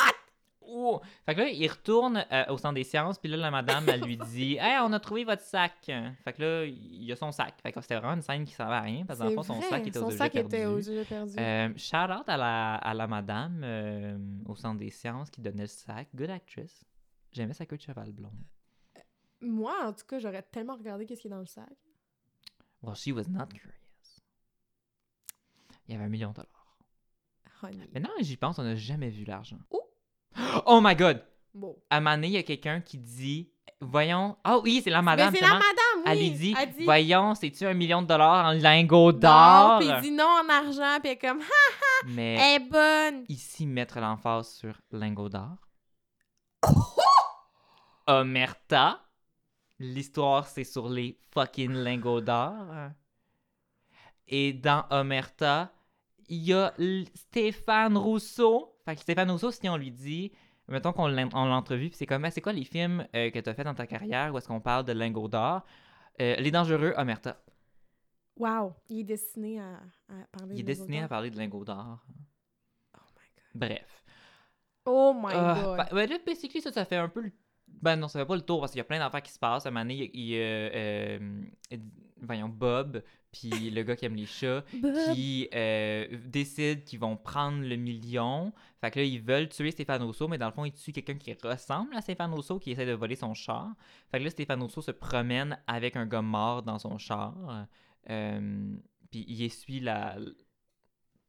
S1: Oh! Fait que là, il retourne euh, au centre des sciences, puis là, la madame, elle lui <laughs> dit Hey, on a trouvé votre sac. Fait que là, il y a son sac. Fait que c'était vraiment une scène qui servait à rien, parce que dans le fond, son
S2: C'est
S1: sac
S2: vrai,
S1: était
S2: son
S1: aux
S2: sac
S1: objets
S2: était aux
S1: perdus.
S2: yeux perdus.
S1: Euh, shout out à la, à la madame euh, au centre des sciences qui donnait le sac. Good actress. J'aimais sa queue de cheval blond.
S2: Moi, en tout cas, j'aurais tellement regardé qu'est-ce qui est dans le sac.
S1: Well, she was not curious. Il y avait un million de dollars.
S2: Honey.
S1: Maintenant que j'y pense, on n'a jamais vu l'argent.
S2: Oh!
S1: Oh my god!
S2: Bon.
S1: À un moment donné, il y a quelqu'un qui dit Voyons. Ah oui, c'est la madame.
S2: Mais c'est la
S1: justement.
S2: madame, oui!
S1: Elle lui dit,
S2: Elle dit,
S1: Voyons, c'est-tu un million de dollars en lingots
S2: Non,
S1: d'or?
S2: Puis il dit non en argent, puis elle est comme, ah,
S1: Mais
S2: elle est bonne!
S1: ici, mettre l'emphase sur lingots d'or. Omerta. L'histoire, c'est sur les fucking lingots d'or. Et dans Omerta, il y a l- Stéphane Rousseau. Fait que Stéphane Rousseau, si on lui dit, mettons qu'on l'in- on l'entrevue, puis c'est comme, Ah, c'est quoi les films euh, que t'as fait dans ta carrière où est-ce qu'on parle de lingots d'or? Euh, les Dangereux, Omerta.
S2: Wow! Il est destiné à, à parler
S1: Il est
S2: de
S1: destiné à
S2: l'odeur.
S1: parler de lingots d'or.
S2: Oh my god.
S1: Bref.
S2: Oh my
S1: Ah,
S2: god.
S1: bah- bah là, basically, ça, ça fait un peu le... Ben non, ça fait pas le tour, parce qu'il y a plein d'affaires qui se passent. À un moment donné, il y a- il y a, euh, euh, voyons, Bob, puis le gars qui aime les chats,
S2: Bob.
S1: qui euh, décident qu'ils vont prendre le million. Fait que là, ils veulent tuer Stéphane Rousseau, mais dans le fond, ils tuent quelqu'un qui ressemble à Stéphane Rousseau, qui essaie de voler son char. Fait que là, Stéphane Rousseau se promène avec un gars mort dans son char. Euh, puis il essuie la...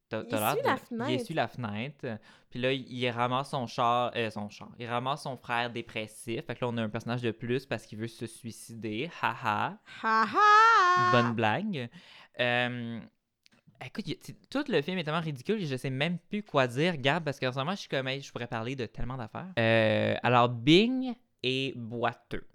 S1: t'as-
S2: Il
S1: t'as
S2: essuie
S1: l'air
S2: la
S1: Il
S2: fenêtre.
S1: essuie la fenêtre. Puis là, il il ramasse son char, euh, son char. Il ramasse son frère dépressif. Fait que là, on a un personnage de plus parce qu'il veut se suicider. Haha.
S2: Ha ha!
S1: Bonne blague. Euh, écoute, y a- t- tout le film est tellement ridicule, je sais même plus quoi dire, Gab, parce qu'en ce moment, je suis comme, Hey, je pourrais parler de tellement d'affaires. Euh, alors, Bing est boiteux.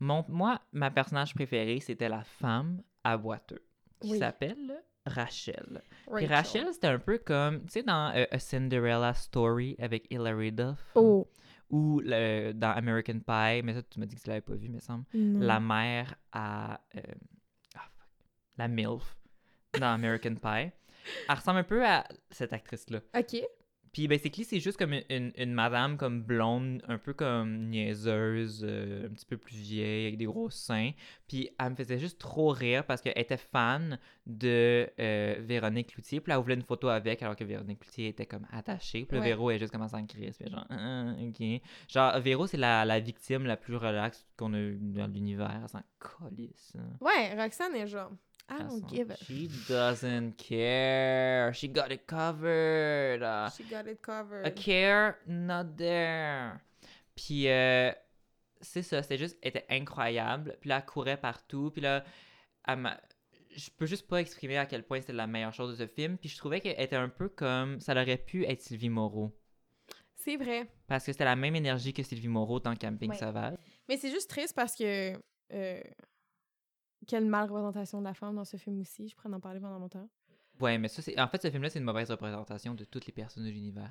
S1: Mon, moi, ma personnage préférée, c'était la femme à boiteux, qui
S2: Oui.
S1: s'appelle Rachel. Puis Rachel, c'était un peu comme, tu sais, dans euh, A Cinderella Story avec Hilary Duff,
S2: Oh.
S1: ou le- dans American Pie, mais ça, tu m'as dit que tu l'avais pas vu, me semble
S2: non.
S1: la mère à. euh, ah, fuck. la MILF dans American Pie. Elle ressemble un peu à cette actrice-là.
S2: Ok.
S1: Puis, basically, c'est juste comme une, une- une madame comme blonde, un peu comme niaiseuse, euh, un petit peu plus vieille, avec des gros seins. Puis, elle me faisait juste trop rire parce qu'elle était fan de euh, Véronique Cloutier. Puis, là, elle voulait une photo avec, alors que Véronique Cloutier était comme attachée. Puis, le
S2: Ouais.
S1: Véro, elle juste commencé à en crier. Puis, genre, Ah, ah, ok. Genre, Véro, c'est la, la victime la plus relaxe qu'on a eue dans l'univers. Elle s'en colisse. hein.
S2: Ouais, Roxane est genre, I
S1: Elle
S2: don't
S1: s'en-
S2: give a
S1: She doesn't care. She got it covered. Ah.
S2: She got it covered.
S1: A care, not there. Puis, euh, c'est ça, c'était juste, elle était incroyable. Puis là, elle courait partout. Puis là, elle m'a- je peux juste pas exprimer à quel point c'était la meilleure chose de ce film. Puis je trouvais qu'elle était un peu comme, ça aurait pu être Sylvie Moreau.
S2: C'est vrai.
S1: Parce que c'était la même énergie que Sylvie Moreau dans Camping
S2: Ouais.
S1: Sauvage.
S2: Mais c'est juste triste parce que. euh, quelle mal représentation de la femme dans ce film aussi. Je pourrais en parler pendant longtemps.
S1: Ouais, mais ça, c'est... en fait, ce film-là, c'est une mauvaise représentation de toutes les personnes de l'univers.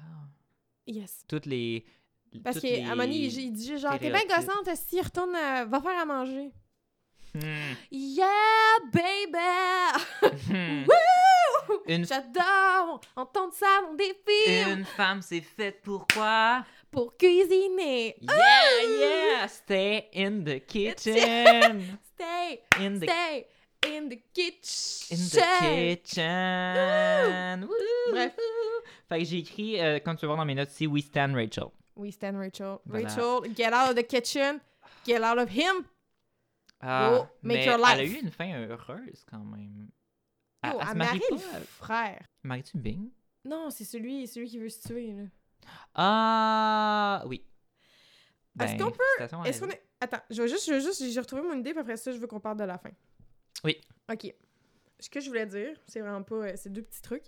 S2: Yes.
S1: Toutes les...
S2: Parce
S1: toutes les-
S2: qu'à Mani, il il dit juste genre, t'es bien
S1: stéréotypes.
S2: gossante, si retourne, euh, va faire à manger. <laughs>
S1: Hmm.
S2: Yeah, baby!
S1: Hmm. Une-
S2: <laughs> J'adore entendre ça dans des films
S1: Une femme, c'est faite pourquoi?
S2: pour cuisiner.
S1: Yeah,
S2: Oh!
S1: yeah! Stay in the
S2: <laughs>
S1: kitchen!
S2: Stay,
S1: In the,
S2: stay in the
S1: in
S2: kitchen.
S1: the kitchen! Wouhou!
S2: Bref.
S1: Fait que j'ai écrit, euh, comme tu vas voir dans mes notes, si we stand Rachel.
S2: Oui, Stan Rachel.
S1: Voilà.
S2: Rachel, get out of the kitchen. Get out of him.
S1: Ah,
S2: Go Oh, make
S1: mais
S2: your
S1: elle a
S2: life.
S1: eu une fin heureuse quand même. Elle,
S2: Yo,
S1: Ah, elle
S2: elle
S1: se
S2: marie
S1: marie
S2: le
S1: pas.
S2: frère.
S1: Maries-tu Bing?
S2: Non, c'est celui, celui qui veut se tuer. là.
S1: Ah, oui. Ben,
S2: Est-ce qu'on peut-
S1: félicitations à
S2: Est-ce
S1: elle.
S2: qu'on est... Attends, je vais juste, je vais juste, j'ai retrouvé mon idée, puis après ça, je veux qu'on parle de la fin.
S1: Oui.
S2: OK. Ce que je voulais dire, c'est vraiment pas... euh, c'est deux petits trucs.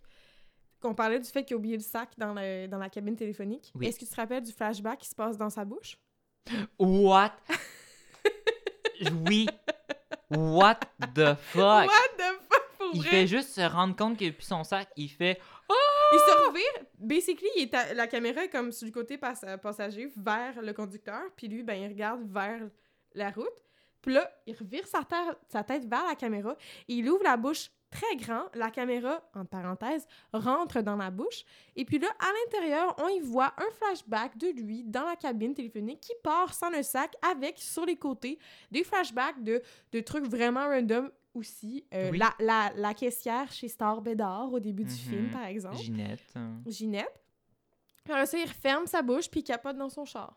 S2: Qu'on parlait du fait qu'il a oublié le sac dans, le- dans la cabine téléphonique.
S1: Oui.
S2: Est-ce que tu te rappelles du flashback qui se passe dans sa bouche? <laughs>
S1: What? oui. What the fuck?
S2: What the fuck, pour
S1: il
S2: vrai?
S1: fait juste se rendre compte qu'il n'y a plus son sac. Il fait
S2: Il
S1: Ah!
S2: se revire. Basically, il est à- la caméra est comme sur le côté pass- passager vers le conducteur, puis lui, ben, il regarde vers la route. Puis là, il revire sa, terre- sa tête vers la caméra. Il ouvre la bouche très grand. La caméra, en parenthèse, rentre dans la bouche. Et puis là, à l'intérieur, on y voit un flashback de lui dans la cabine téléphonique qui part sans le sac avec, sur les côtés, des flashbacks de, de trucs vraiment random aussi. Euh,
S1: Oui.
S2: la, la, la caissière chez Star Bédard au début du film,
S1: Mhm.
S2: par exemple.
S1: Ginette. hein.
S2: Ginette. Puis là, ça, il referme sa bouche puis il capote dans son char.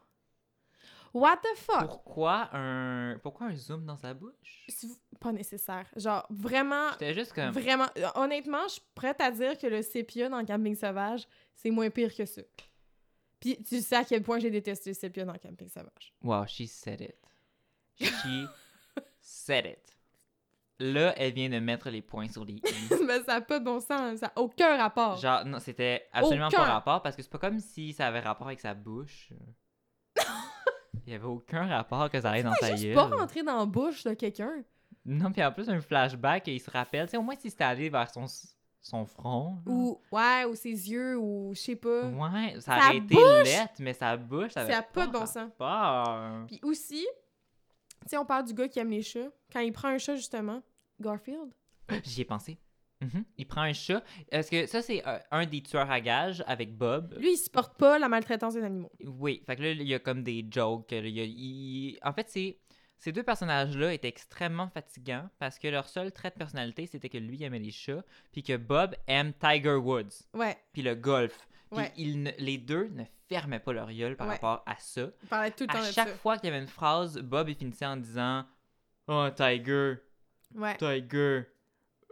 S2: What the fuck?
S1: Pourquoi un pourquoi un zoom dans sa bouche?
S2: Si vous- Pas nécessaire. Genre, vraiment,
S1: J'étais juste comme
S2: vraiment. Honnêtement, je suis prête à dire que le sépia dans Camping Sauvage, c'est moins pire que ça. Puis tu sais à quel point j'ai détesté le sépia dans Camping Sauvage. <laughs>
S1: wow, she said it. She said it. Là, elle vient de mettre les points sur les i.
S2: Mais ça n'a pas de bon sens, hein. ça n'a aucun rapport.
S1: Genre, non, c'était absolument
S2: Aucun.
S1: pas rapport parce que c'est pas comme si ça avait rapport avec sa
S2: <laughs>
S1: bouche. Il y avait aucun rapport que ça allait dans sa
S2: Je suis
S1: gueule.
S2: pas rentrée dans la bouche de quelqu'un.
S1: Non, puis en plus, un flashback, il se rappelle. Tu sais, au moins, s'il s'était allé vers son, son front. là.
S2: Ou, ouais, ou ses yeux, ou je sais pas.
S1: Ouais, ça
S2: Sa
S1: aurait été
S2: bouche!
S1: lettre, mais sa bouche, ça
S2: Ça
S1: avait
S2: n'a pas de bon sens.
S1: rapport.
S2: Puis aussi, tu sais, on parle du gars qui aime les chats. Quand il prend un chat, justement, Garfield.
S1: J'y ai pensé. Mhm. Il prend un chat. Est-ce que ça, c'est euh, un des tueurs à gages avec Bob?
S2: Lui, il supporte pas la maltraitance des animaux.
S1: Oui, fait que là, il y a comme des jokes. il y a- il- En fait, c'est... Ces deux personnages-là étaient extrêmement fatigants parce que leur seul trait de personnalité, c'était que lui aimait les chats, puis que Bob aime Tiger Woods,
S2: Ouais,
S1: puis le golf. Puis
S2: Ouais.
S1: ils ne- les deux ne fermaient pas leur gueule par
S2: Ouais.
S1: rapport à ça.
S2: il parlait tout le temps
S1: À
S2: de
S1: chaque
S2: ça.
S1: fois qu'il y avait une phrase, Bob il finissait en disant « Oh, Tiger,
S2: Ouais.
S1: Tiger,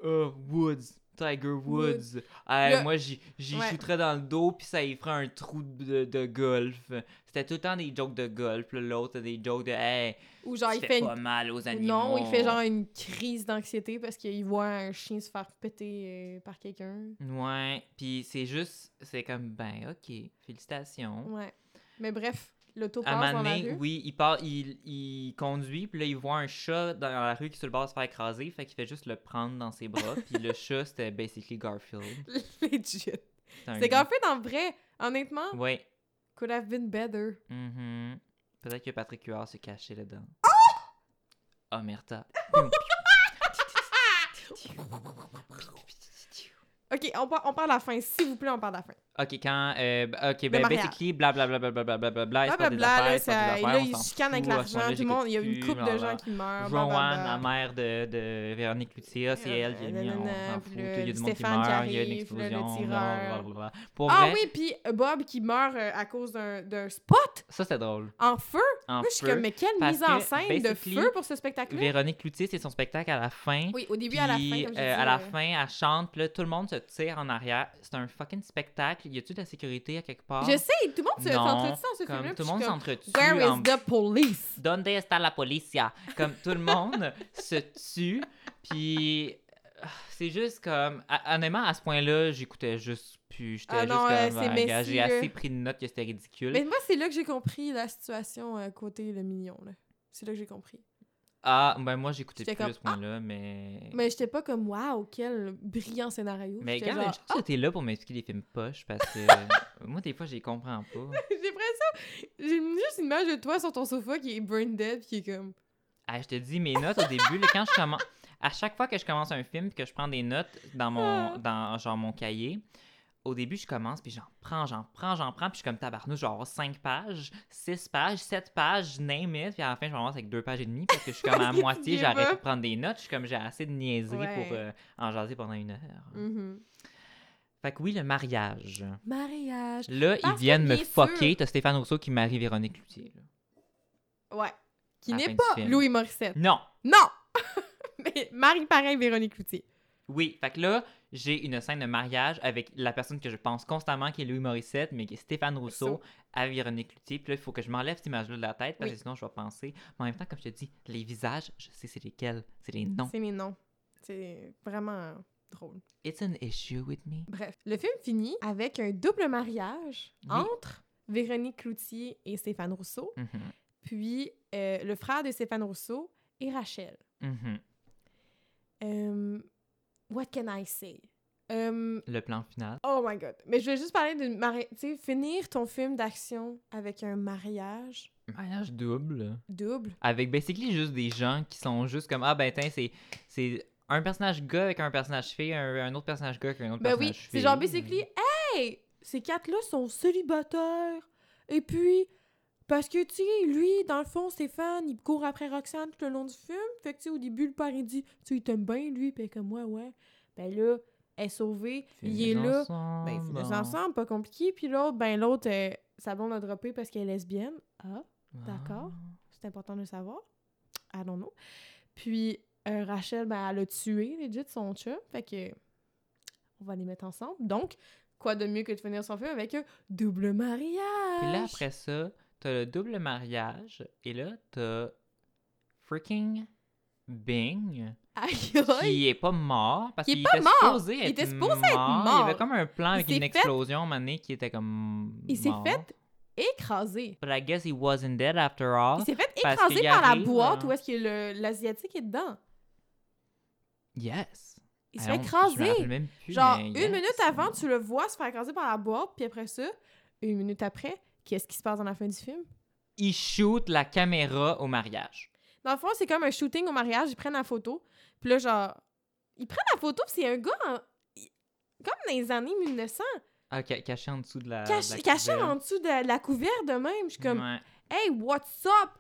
S1: oh, Woods, Tiger Woods. Hey,
S2: Le-
S1: Moi, j'y j'y
S2: Ouais.
S1: shooterais dans le dos, puis ça y ferait un trou de, de golf. C'était tout le temps des jokes de golf. puis L'autre, des jokes de Hey,
S2: Ou genre,
S1: tu
S2: il
S1: fais
S2: fait.
S1: pas
S2: une-
S1: mal aux animaux.
S2: Non, il fait genre une crise d'anxiété parce qu'il voit un chien se faire péter euh, par quelqu'un.
S1: Ouais, puis c'est juste, c'est comme, ben, ok, félicitations.
S2: Ouais. Mais bref, l'auto
S1: À un
S2: passe
S1: moment
S2: dans la
S1: donné,
S2: <laughs> rue.
S1: oui, il, part, il, il conduit, puis là, il voit un chat dans la rue qui, sur le bord, se fait écraser, fait qu'il fait juste le prendre dans ses bras, puis
S2: <laughs>
S1: le chat, c'était basically Garfield.
S2: Legit.
S1: un-
S2: C'est Garfield en vrai. Honnêtement,
S1: Ouais.
S2: could have been better.
S1: Mhm. Peut-être que Patrick Huard s'est caché là-dedans.
S2: Ah!
S1: Oh!
S2: <laughs>
S1: Omerta.
S2: Ok, on, par- on parle à la fin. S'il vous plaît, on parle à la fin.
S1: ok, quand. euh, b- ok, ben,
S2: mariage.
S1: basically, blablabla, blablabla, blablabla, il se passe des
S2: Blablabla,
S1: affaires,
S2: là,
S1: il se passe
S2: ça,
S1: des
S2: et
S1: affaires,
S2: là,
S1: on
S2: il
S1: s'en
S2: chicane avec
S1: fout, à ce moment-là,
S2: l'argent. Tout le
S1: j'écoute
S2: monde, il y a une
S1: plus,
S2: couple de gens
S1: blablabla.
S2: qui meurent.
S1: Rowan,
S2: blablabla.
S1: la mère de, de Véronique Loutier, c'est elle qui est venue, on
S2: Euh, Nanana,
S1: s'en
S2: puis
S1: fout.
S2: le-
S1: Il y a du monde qui
S2: Stéphane qui
S1: meurt, il y a une
S2: arrive, le- le
S1: explosion,
S2: tireur.
S1: blablabla. Pour
S2: Ah
S1: vrai,
S2: oui, puis euh, Bob qui meurt euh, à cause d'un d'un spot
S1: ça c'était drôle.
S2: en feu.
S1: En
S2: Moi, je suis
S1: feu,
S2: comme, mais quelle
S1: parce
S2: mise en
S1: que,
S2: scène de
S1: basically,
S2: feu pour ce spectacle
S1: Véronique Loutier, c'est son spectacle à la fin.
S2: Oui, au début, à la fin,
S1: Puis,
S2: comme j'ai
S1: euh,
S2: dit,
S1: à la
S2: euh,
S1: fin, elle chante, puis là, tout le monde se tire en arrière. C'est un fucking spectacle. Y a-tu de la sécurité à quelque part?
S2: Je sais, tout le monde se-
S1: non,
S2: s'entretue dans ce film-là.
S1: comme tout
S2: puis
S1: le
S2: je
S1: monde
S2: suis comme,
S1: s'entretue.
S2: Where
S1: en-
S2: is the police?
S1: Donde está la policia? Comme tout le monde <laughs> se tue, puis ah, c'est juste comme... à- Honnêtement, à ce point-là, j'écoutais juste plus. J'étais
S2: Ah
S1: juste
S2: non, euh,
S1: comme...
S2: c'est
S1: ah, gars,
S2: messy,
S1: J'ai
S2: là.
S1: assez pris de notes que c'était ridicule.
S2: Mais moi, c'est là que j'ai compris la situation euh, côté le mignon. là. C'est là que j'ai compris.
S1: Ah, ben moi, j'écoutais
S2: J'étais
S1: plus
S2: comme,
S1: à ce point-là, mais...
S2: Mais j'étais pas comme, waouh, quel brillant scénario.
S1: Mais
S2: J'étais
S1: regarde,
S2: genre, ah!
S1: je pense que t'es là pour m'expliquer les films poches, parce
S2: <laughs>
S1: que moi, des fois, je les comprends pas.
S2: J'ai l'impression. J'ai juste une image de toi sur ton sofa qui est brain dead, qui est comme.
S1: Ah, je te dis, mes notes au début, là, quand je commence. À chaque fois que je commence un film et que je prends des notes dans mon,
S2: Ah.
S1: dans, genre, mon cahier, au début, je commence, puis j'en prends, j'en prends, j'en prends, puis je suis comme tabarnouche, je vais avoir 5 pages, 6 pages, 7 pages, name it, puis à la fin, je commence avec 2 pages et demie, parce que je suis comme à
S2: <laughs> Parce que tu
S1: moitié,
S2: te
S1: j'arrête de
S2: développes.
S1: prendre des notes, je suis comme j'ai assez de niaiseries
S2: Ouais. Mm. mm-hmm.
S1: pour euh, en jaser pendant une heure.
S2: Mhm.
S1: Fait que oui, le mariage.
S2: Mariage.
S1: Là,
S2: Parce
S1: ils
S2: que,
S1: viennent me
S2: bien
S1: fucker. T'as Stéphane Rousseau qui marie Véronique Cloutier. là.
S2: Ouais. Qui
S1: À la fin
S2: n'est
S1: du
S2: pas
S1: film.
S2: Louis Morissette.
S1: Non!
S2: Non! <laughs> Mais Marie pareil, Véronique Loutier.
S1: Oui, fait que là, j'ai une scène de mariage avec la personne que je pense constamment qui est Louis Morissette, mais qui est Stéphane Rousseau, à Véronique Cloutier. Puis là, il faut que je m'enlève cette image-là de la tête, parce que
S2: Oui.
S1: sinon, je vais penser. Mais en même temps, comme je te dis, les visages, je sais c'est lesquels, c'est les noms.
S2: C'est mes noms. C'est vraiment euh, drôle.
S1: It's an issue with me.
S2: Bref, le film finit avec un double mariage
S1: Oui.
S2: entre Véronique Cloutier et Stéphane Rousseau,
S1: Mhm,
S2: puis euh, le frère de Stéphane Rousseau et Rachel.
S1: mhm.
S2: Euh, what can I say? Euh,
S1: Le plan final.
S2: oh my god. Mais je vais juste parler d'une mariage. Tu sais, finir ton film d'action avec un mariage
S1: Mariage double.
S2: double.
S1: Mhm. Avec basically juste des gens qui sont juste comme Ah, ben, tiens, c'est- c'est un personnage gars avec un personnage fille, un, un autre personnage gars avec un autre
S2: Ben
S1: personnage
S2: oui,
S1: fille.
S2: c'est genre basically, hey, ces quatre-là sont célibataires. Et puis, parce que, tu sais, lui, dans le fond, Stéphane, il court après Roxane tout le long du film. Fait que, tu sais, au début, le père, il dit, tu sais, il t'aime bien, lui. Puis elle est comme, ouais, ouais. Ben là, elle est sauvée, il est là. Ben, ils finissent ensemble, pas compliqué. Puis l'autre, ben l'autre, euh, sa blonde a droppé parce qu'elle est lesbienne. Ah, D'accord. c'est important de le savoir. I don't know. Puis euh, Rachel, ben, elle a tué legit son chum. Fait que on va les mettre ensemble. Donc, quoi de mieux que de finir son film avec un double mariage?
S1: Puis là, après ça, t'as le double mariage et là, t'as freaking Bing
S2: Aïe, aïe!
S1: qui est pas mort parce
S2: Il est
S1: qu'il
S2: pas
S1: était
S2: mort!
S1: supposé être
S2: Il était supposé être mort!
S1: Il y avait comme un plan
S2: Il
S1: avec
S2: s'est
S1: une
S2: fait-
S1: explosion mané qui était comme
S2: Il s'est
S1: mort.
S2: fait écrasé.
S1: But I guess he wasn't dead after all.
S2: Il s'est fait
S1: Parce
S2: écraser
S1: qu'il
S2: par la
S1: arrive,
S2: boîte
S1: hein.
S2: où est-ce que le- l'asiatique est dedans.
S1: Yes.
S2: Il se
S1: Ah
S2: fait
S1: non, je me rappelle
S2: écraser.
S1: même plus,
S2: Genre,
S1: mais
S2: une
S1: yes.
S2: minute avant, tu le vois se faire écraser par la boîte, puis après ça, une minute après, qu'est-ce qui se passe dans la fin du film?
S1: Il shoot la caméra au mariage.
S2: Dans le fond, c'est comme un shooting au mariage, ils prennent la photo. Puis là, genre, ils prennent la photo, puis c'est un gars en- il- comme dans les années 1900,
S1: Ah, ca- caché en dessous de la.
S2: cach-
S1: de la
S2: caché
S1: couverte.
S2: en dessous de la couverte de même. Je suis comme,
S1: ben, Ouais.
S2: hey, what's up?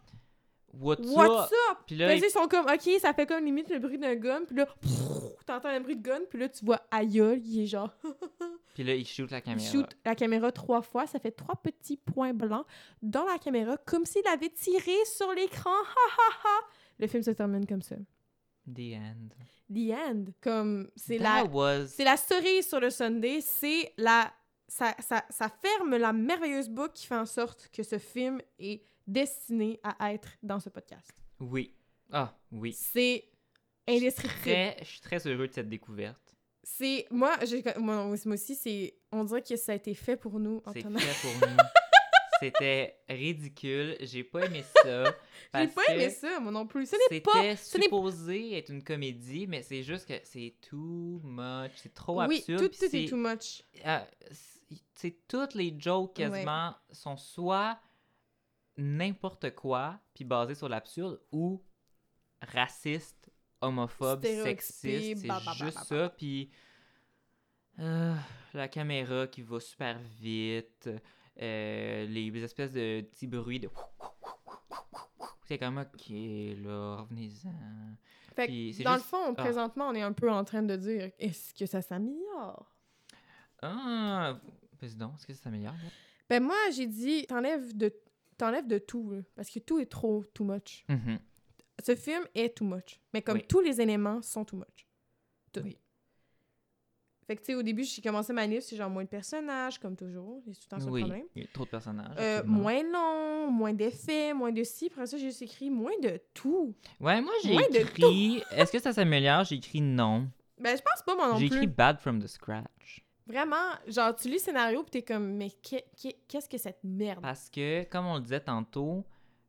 S1: What's, up?
S2: What's up?
S1: Puis
S2: Là,
S1: là, il-
S2: ils sont comme, ok, ça fait comme limite le bruit d'un gun, puis là, prrr, t'entends le bruit de gun, puis là, tu vois Aïeul, il est genre, <laughs>
S1: puis là, il shoot la
S2: il
S1: caméra.
S2: shoot la caméra trois fois, ça fait trois petits points blancs dans la caméra, comme s'il avait tiré sur l'écran, ha ha ha! Le film se termine comme ça.
S1: The end.
S2: The end. Comme, c'est la
S1: That was
S2: C'est la cerise sur le Sunday, c'est la... Ça, ça, ça ferme la merveilleuse boucle qui fait en sorte que ce film est destiné à être dans ce podcast.
S1: Oui. Ah, oui.
S2: C'est indescriptible.
S1: Très, je suis très heureux de cette découverte.
S2: C'est... Moi, j'ai- moi, moi aussi, c'est... On dirait que ça a été fait pour nous,
S1: C'est
S2: Antonin.
S1: fait
S2: <laughs>
S1: pour nous. C'était ridicule. J'ai pas aimé ça.
S2: <laughs> J'ai
S1: parce
S2: pas aimé
S1: que
S2: ça, moi non plus. Ce n'est pas...
S1: C'était
S2: ce n'est-
S1: supposé être une comédie, mais c'est juste que c'est too much. C'est trop
S2: oui,
S1: absurde.
S2: tout,
S1: puis
S2: tout
S1: c'est-
S2: est too much.
S1: euh, c'est- c'est- toutes les jokes
S2: Ouais.
S1: quasiment sont soit n'importe quoi, puis basées sur l'absurde, ou racistes, homophobes,
S2: Stéréotypés,
S1: sexistes.
S2: ba, ba, ba,
S1: C'est juste
S2: ba, ba.
S1: ça, puis euh, la caméra qui va super vite, euh, les espèces de petits bruits de... C'est comme, OK, là, revenez-en.
S2: Fait
S1: Puis
S2: que,
S1: c'est
S2: dans
S1: juste-
S2: le fond,
S1: ah.
S2: présentement, on est un peu en train de dire « Est-ce que ça s'améliore? »
S1: Ah, vas-y donc, est-ce que ça s'améliore? là?
S2: Ben moi, j'ai dit, t'enlèves de, t'enlèves de tout, là, parce que tout est trop too much.
S1: Mhm.
S2: Ce film est too much, mais comme
S1: Oui.
S2: tous les éléments sont too much. Tout.
S1: Oui.
S2: Fait que, tu sais, au début, j'ai commencé ma liste, c'est genre moins de personnages, comme toujours, c'est tout le temps ça le
S1: Oui,
S2: problème.
S1: il y a trop de personnages.
S2: Euh,
S1: absolument.
S2: moins long, moins d'effets, moins de ci. Après ça, j'ai juste écrit moins de tout.
S1: Ouais, moi j'ai
S2: Moins de
S1: écrit. <laughs> Est-ce que ça s'améliore? J'ai écrit non.
S2: Ben, je pense pas, moi non
S1: J'ai
S2: plus.
S1: écrit bad from the scratch.
S2: Vraiment, genre, tu lis le scénario, pis t'es comme, mais qu'est- qu'est- qu'est-ce que cette merde?
S1: Parce que, comme on le disait tantôt,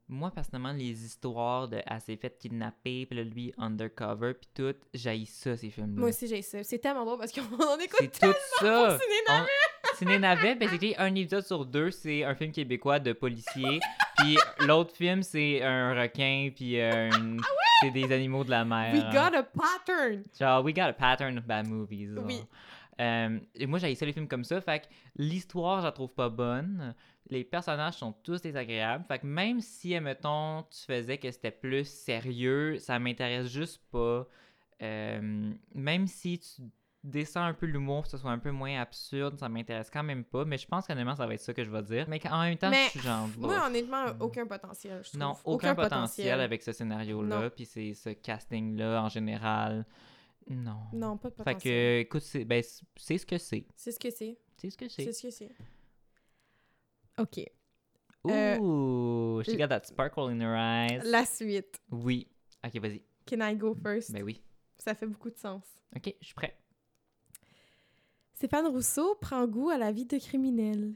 S1: moi personnellement, les histoires de Elle s'est faite kidnapper, puis là, lui undercover, puis tout, j'haïs ça ces
S2: Moi
S1: films-là.
S2: aussi, j'ai ça. C'est tellement drôle parce qu'on <laughs> en
S1: C'est
S2: écoute
S1: tout
S2: tellement
S1: ça!
S2: au
S1: <laughs>
S2: cinéma.
S1: On- Ciné Navet, basically, un épisode sur deux, c'est un film québécois de
S2: <laughs>
S1: policier, puis l'autre film, c'est un requin, puis euh, une- c'est des animaux de la mer.
S2: Ah We
S1: hein.
S2: got a pattern!
S1: Genre, we got a pattern of bad movies. là.
S2: Oui.
S1: Euh, et moi, j'ai ça les films comme ça. Fait que l'histoire, je la trouve pas bonne. Les personnages sont tous désagréables. Fait que même si, admettons, tu faisais que c'était plus sérieux, ça m'intéresse juste pas. Euh, même si tu descends un peu l'humour, pour que ce soit un peu moins absurde, ça m'intéresse quand même pas, mais je pense qu'honnêtement, ça va être ça que je vais dire. Mais en même temps,
S2: Mais
S1: je suis genre.
S2: Moi,
S1: bof.
S2: honnêtement, aucun potentiel, je trouve.
S1: non, aucun, potentiel, avec ce scénario-là,
S2: Non.
S1: puis c'est ce casting-là en général. Non.
S2: Non, pas de
S1: Fait
S2: potentiel.
S1: que, écoute, c'est ben, c'est- c'est ce que c'est.
S2: C'est ce que c'est.
S1: C'est ce que c'est.
S2: C'est ce que c'est. OK. Euh,
S1: Ouh, she
S2: l-
S1: got that sparkle in her eyes.
S2: La suite.
S1: Oui. Ok, vas-y.
S2: Can I go first?
S1: Ben oui.
S2: Ça fait beaucoup de sens.
S1: Ok, je suis prêt.
S2: Stéphane Rousseau prend goût à la vie de criminel.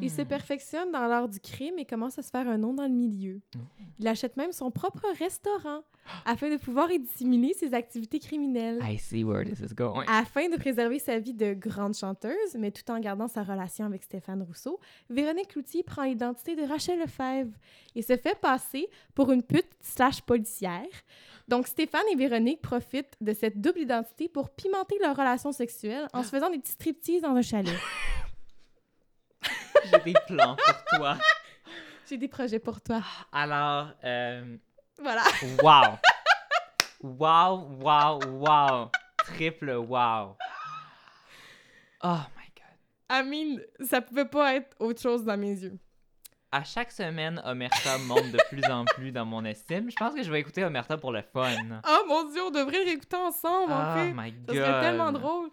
S2: Il se
S1: Mm.
S2: perfectionne dans l'art du crime et commence à se faire un nom dans le milieu.
S1: Mm.
S2: Il achète même son propre restaurant afin de pouvoir y dissimuler ses activités criminelles.
S1: I see where this is going.
S2: Afin de préserver sa vie de grande chanteuse, mais tout en gardant sa relation avec Stéphane Rousseau, Véronique Cloutier prend l'identité de Rachel Lefebvre et se fait passer pour une pute slash policière. Donc Stéphane et Véronique profitent de cette double identité pour pimenter leur relation sexuelle en se faisant des petits striptease dans un chalet.
S1: J'ai des plans pour toi.
S2: <laughs> J'ai des projets pour toi.
S1: Alors, euh,
S2: Voilà.
S1: wow. Wow, wow, wow. Triple wow. Oh my god.
S2: Amine, ça pouvait pas être autre chose dans mes yeux.
S1: À chaque semaine, Omerta monte de plus en plus dans mon estime. Je pense que je vais écouter Omerta pour le fun.
S2: Oh mon dieu, on devrait le réécouter ensemble, en
S1: Oh
S2: fait.
S1: my god.
S2: Ça serait tellement drôle.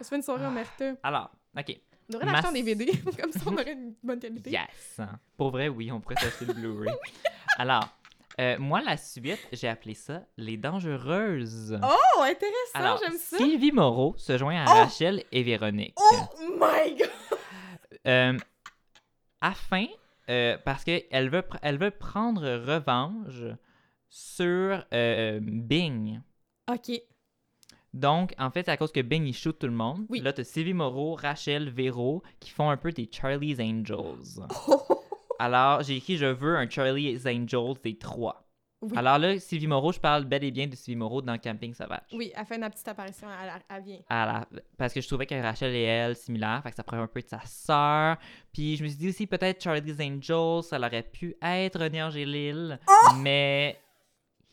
S2: On se fait une soirée omerta.
S1: Alors, ok.
S2: On devrait l'acheter en
S1: Mass-
S2: DVD, <laughs> comme ça on aurait une bonne qualité.
S1: Yes. Pour vrai, oui, on pourrait s'acheter le
S2: <laughs>
S1: Blu-ray. Alors, euh, moi, la suite, j'ai appelé ça Les Dangereuses.
S2: Oh, intéressant,
S1: Alors,
S2: j'aime ça.
S1: Sylvie Moreau se joint à
S2: Oh!
S1: Rachel et Véronique.
S2: Oh my god!
S1: Euh, afin, euh, parce qu'elle veut, pr- elle veut prendre revanche sur euh, Bing.
S2: Ok,
S1: Donc, en fait, c'est à cause que Bing, il shoot tout le monde.
S2: Oui.
S1: Là, t'as Sylvie Moreau, Rachel, Véro, qui font un peu des Charlie's Angels.
S2: Oh.
S1: Alors, j'ai écrit « Je veux un Charlie's Angels des trois
S2: Oui.
S1: Alors là, Sylvie Moreau, je parle bel et bien de Sylvie Moreau dans Camping Sauvage.
S2: oui, elle fait une petite apparition, elle, elle- elle vient.
S1: à la- parce que je trouvais que Rachel et elle similaires, fait que ça pourrait un peu être sa sœur. Puis je me suis dit aussi peut-être Charlie's Angels, ça aurait pu être René Angélil,
S2: Oh!
S1: mais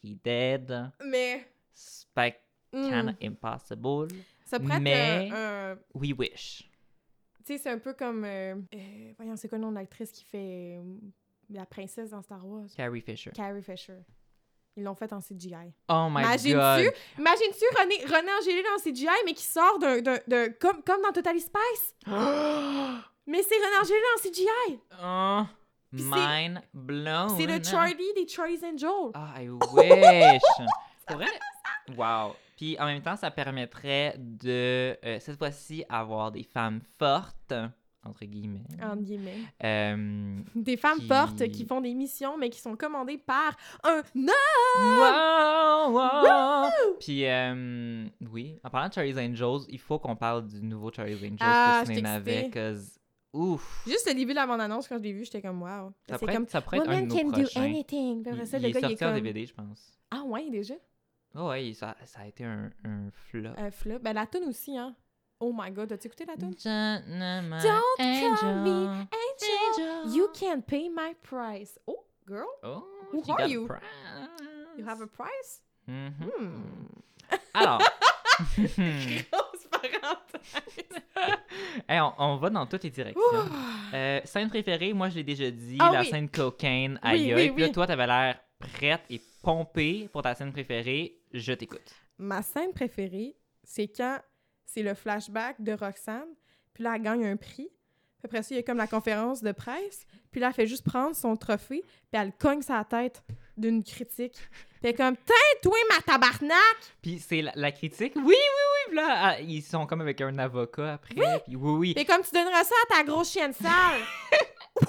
S1: he dead.
S2: Mais
S1: Fait que
S2: hmm,
S1: kinda impossible.
S2: ça pourrait
S1: mais-
S2: être euh, un. un-
S1: We wish.
S2: tu sais, c'est un peu comme. euh, euh, voyons, c'est quoi le nom de l'actrice qui fait euh, la princesse dans Star Wars?
S1: Carrie Fisher.
S2: Carrie Fisher. Ils l'ont faite en CGI.
S1: Oh my god.
S2: Imagines-tu? Imagines-tu René, René Angélil en CGI, mais qui sort d'un. d'un- d'un- comme, comme dans Total
S1: <gasps>
S2: Spice? mais c'est René Angélil en CGI!
S1: Oh,
S2: c'est-
S1: mine blown.
S2: c'est le Charlie des Charlie's Angels!
S1: Ah, I
S2: <laughs>
S1: wish! Pour vrai, wow! Puis en même temps, ça permettrait de, euh, cette fois-ci, avoir des femmes fortes, entre guillemets.
S2: Entre guillemets.
S1: Euh,
S2: Des femmes
S1: Ah. Qui-
S2: fortes qui font des missions, mais qui sont commandées par un homme!
S1: wow, wow. Puis, euh, oui, en parlant de Charlie's Angels, il faut qu'on parle du nouveau Charlie's Angels au
S2: Ah, je suis
S1: cinéma
S2: excitée.
S1: avec, cause, ouf!
S2: Juste le début de la bande-annonce, quand je l'ai vu, j'étais comme « wow ».
S1: Ça
S2: C'est
S1: pourrait,
S2: comme
S1: être- ça pourrait être un de
S2: Women
S1: nos
S2: can do
S1: prochains.
S2: anything ». Puis
S1: Il,
S2: après ça,
S1: il
S2: le
S1: est
S2: gars, il est
S1: sorti en
S2: comme
S1: DVD, je pense.
S2: Ah ouais, déjà?
S1: Oh, ouais, ça, ça a été un, un flop.
S2: Un flop. Ben la toune aussi, hein. Oh my God, as-tu écouté la
S1: Don't
S2: toune? Don't call me
S1: Ah.
S2: You can pay my price. Oh, girl,
S1: Oh,
S2: Who
S1: she
S2: are
S1: got
S2: you?
S1: prize.
S2: you have a price?
S1: Mhm. <laughs>
S2: Hmm. <laughs>
S1: Alors, <laughs>
S2: Grosse parenthèse.
S1: hey, Eh, on, on va dans toutes les directions.
S2: Ouh.
S1: Euh, scène préférée, moi je l'ai déjà dit,
S2: Ah
S1: la
S2: oui.
S1: scène cocaine,
S2: Oui,
S1: aïe
S2: oui,
S1: aïe. Puis là,
S2: oui.
S1: toi, t'avais l'air prête et pompée pour ta scène préférée. Je t'écoute.
S2: Ma scène préférée, c'est quand c'est le flashback de Roxane, puis là, elle gagne un prix. Puis Après ça, il y a comme la conférence de presse, puis là, elle fait juste prendre son trophée, puis elle cogne sa tête d'une critique. Puis elle est comme « Teinte-toi, ma tabarnak!
S1: Puis c'est la, la critique. Oui, oui, oui. Puis là, ah, ils sont comme avec un avocat après. Oui, puis, oui. »
S2: Puis elle
S1: oui.
S2: est comme « Tu donneras ça à ta grosse chienne sale! » What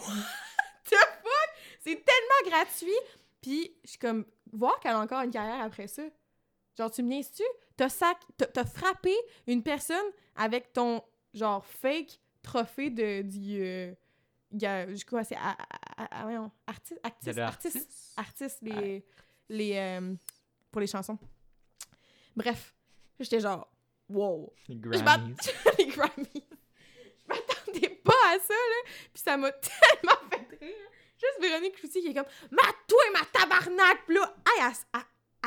S2: the fuck? C'est tellement gratuit! Puis je suis comme « Voir qu'elle a encore une carrière après ça. Genre, tu me niaises-tu? T'as sac... t'as- t'as frappé une personne avec ton genre fake trophée de du euh, ga- je crois c'est a- a- a- voyons, artiste
S1: C'est
S2: artiste
S1: le
S2: artiste
S1: artiste.
S2: artiste les les euh, pour les chansons bref j'étais genre wow
S1: Les
S2: je
S1: Grammys.
S2: m'att- les Grammys je m'attendais pas à ça là puis ça m'a tellement fait rire juste Véronique Cloutier qui est comme ma toi ma tabarnak Puis là hey, elle, s- elle-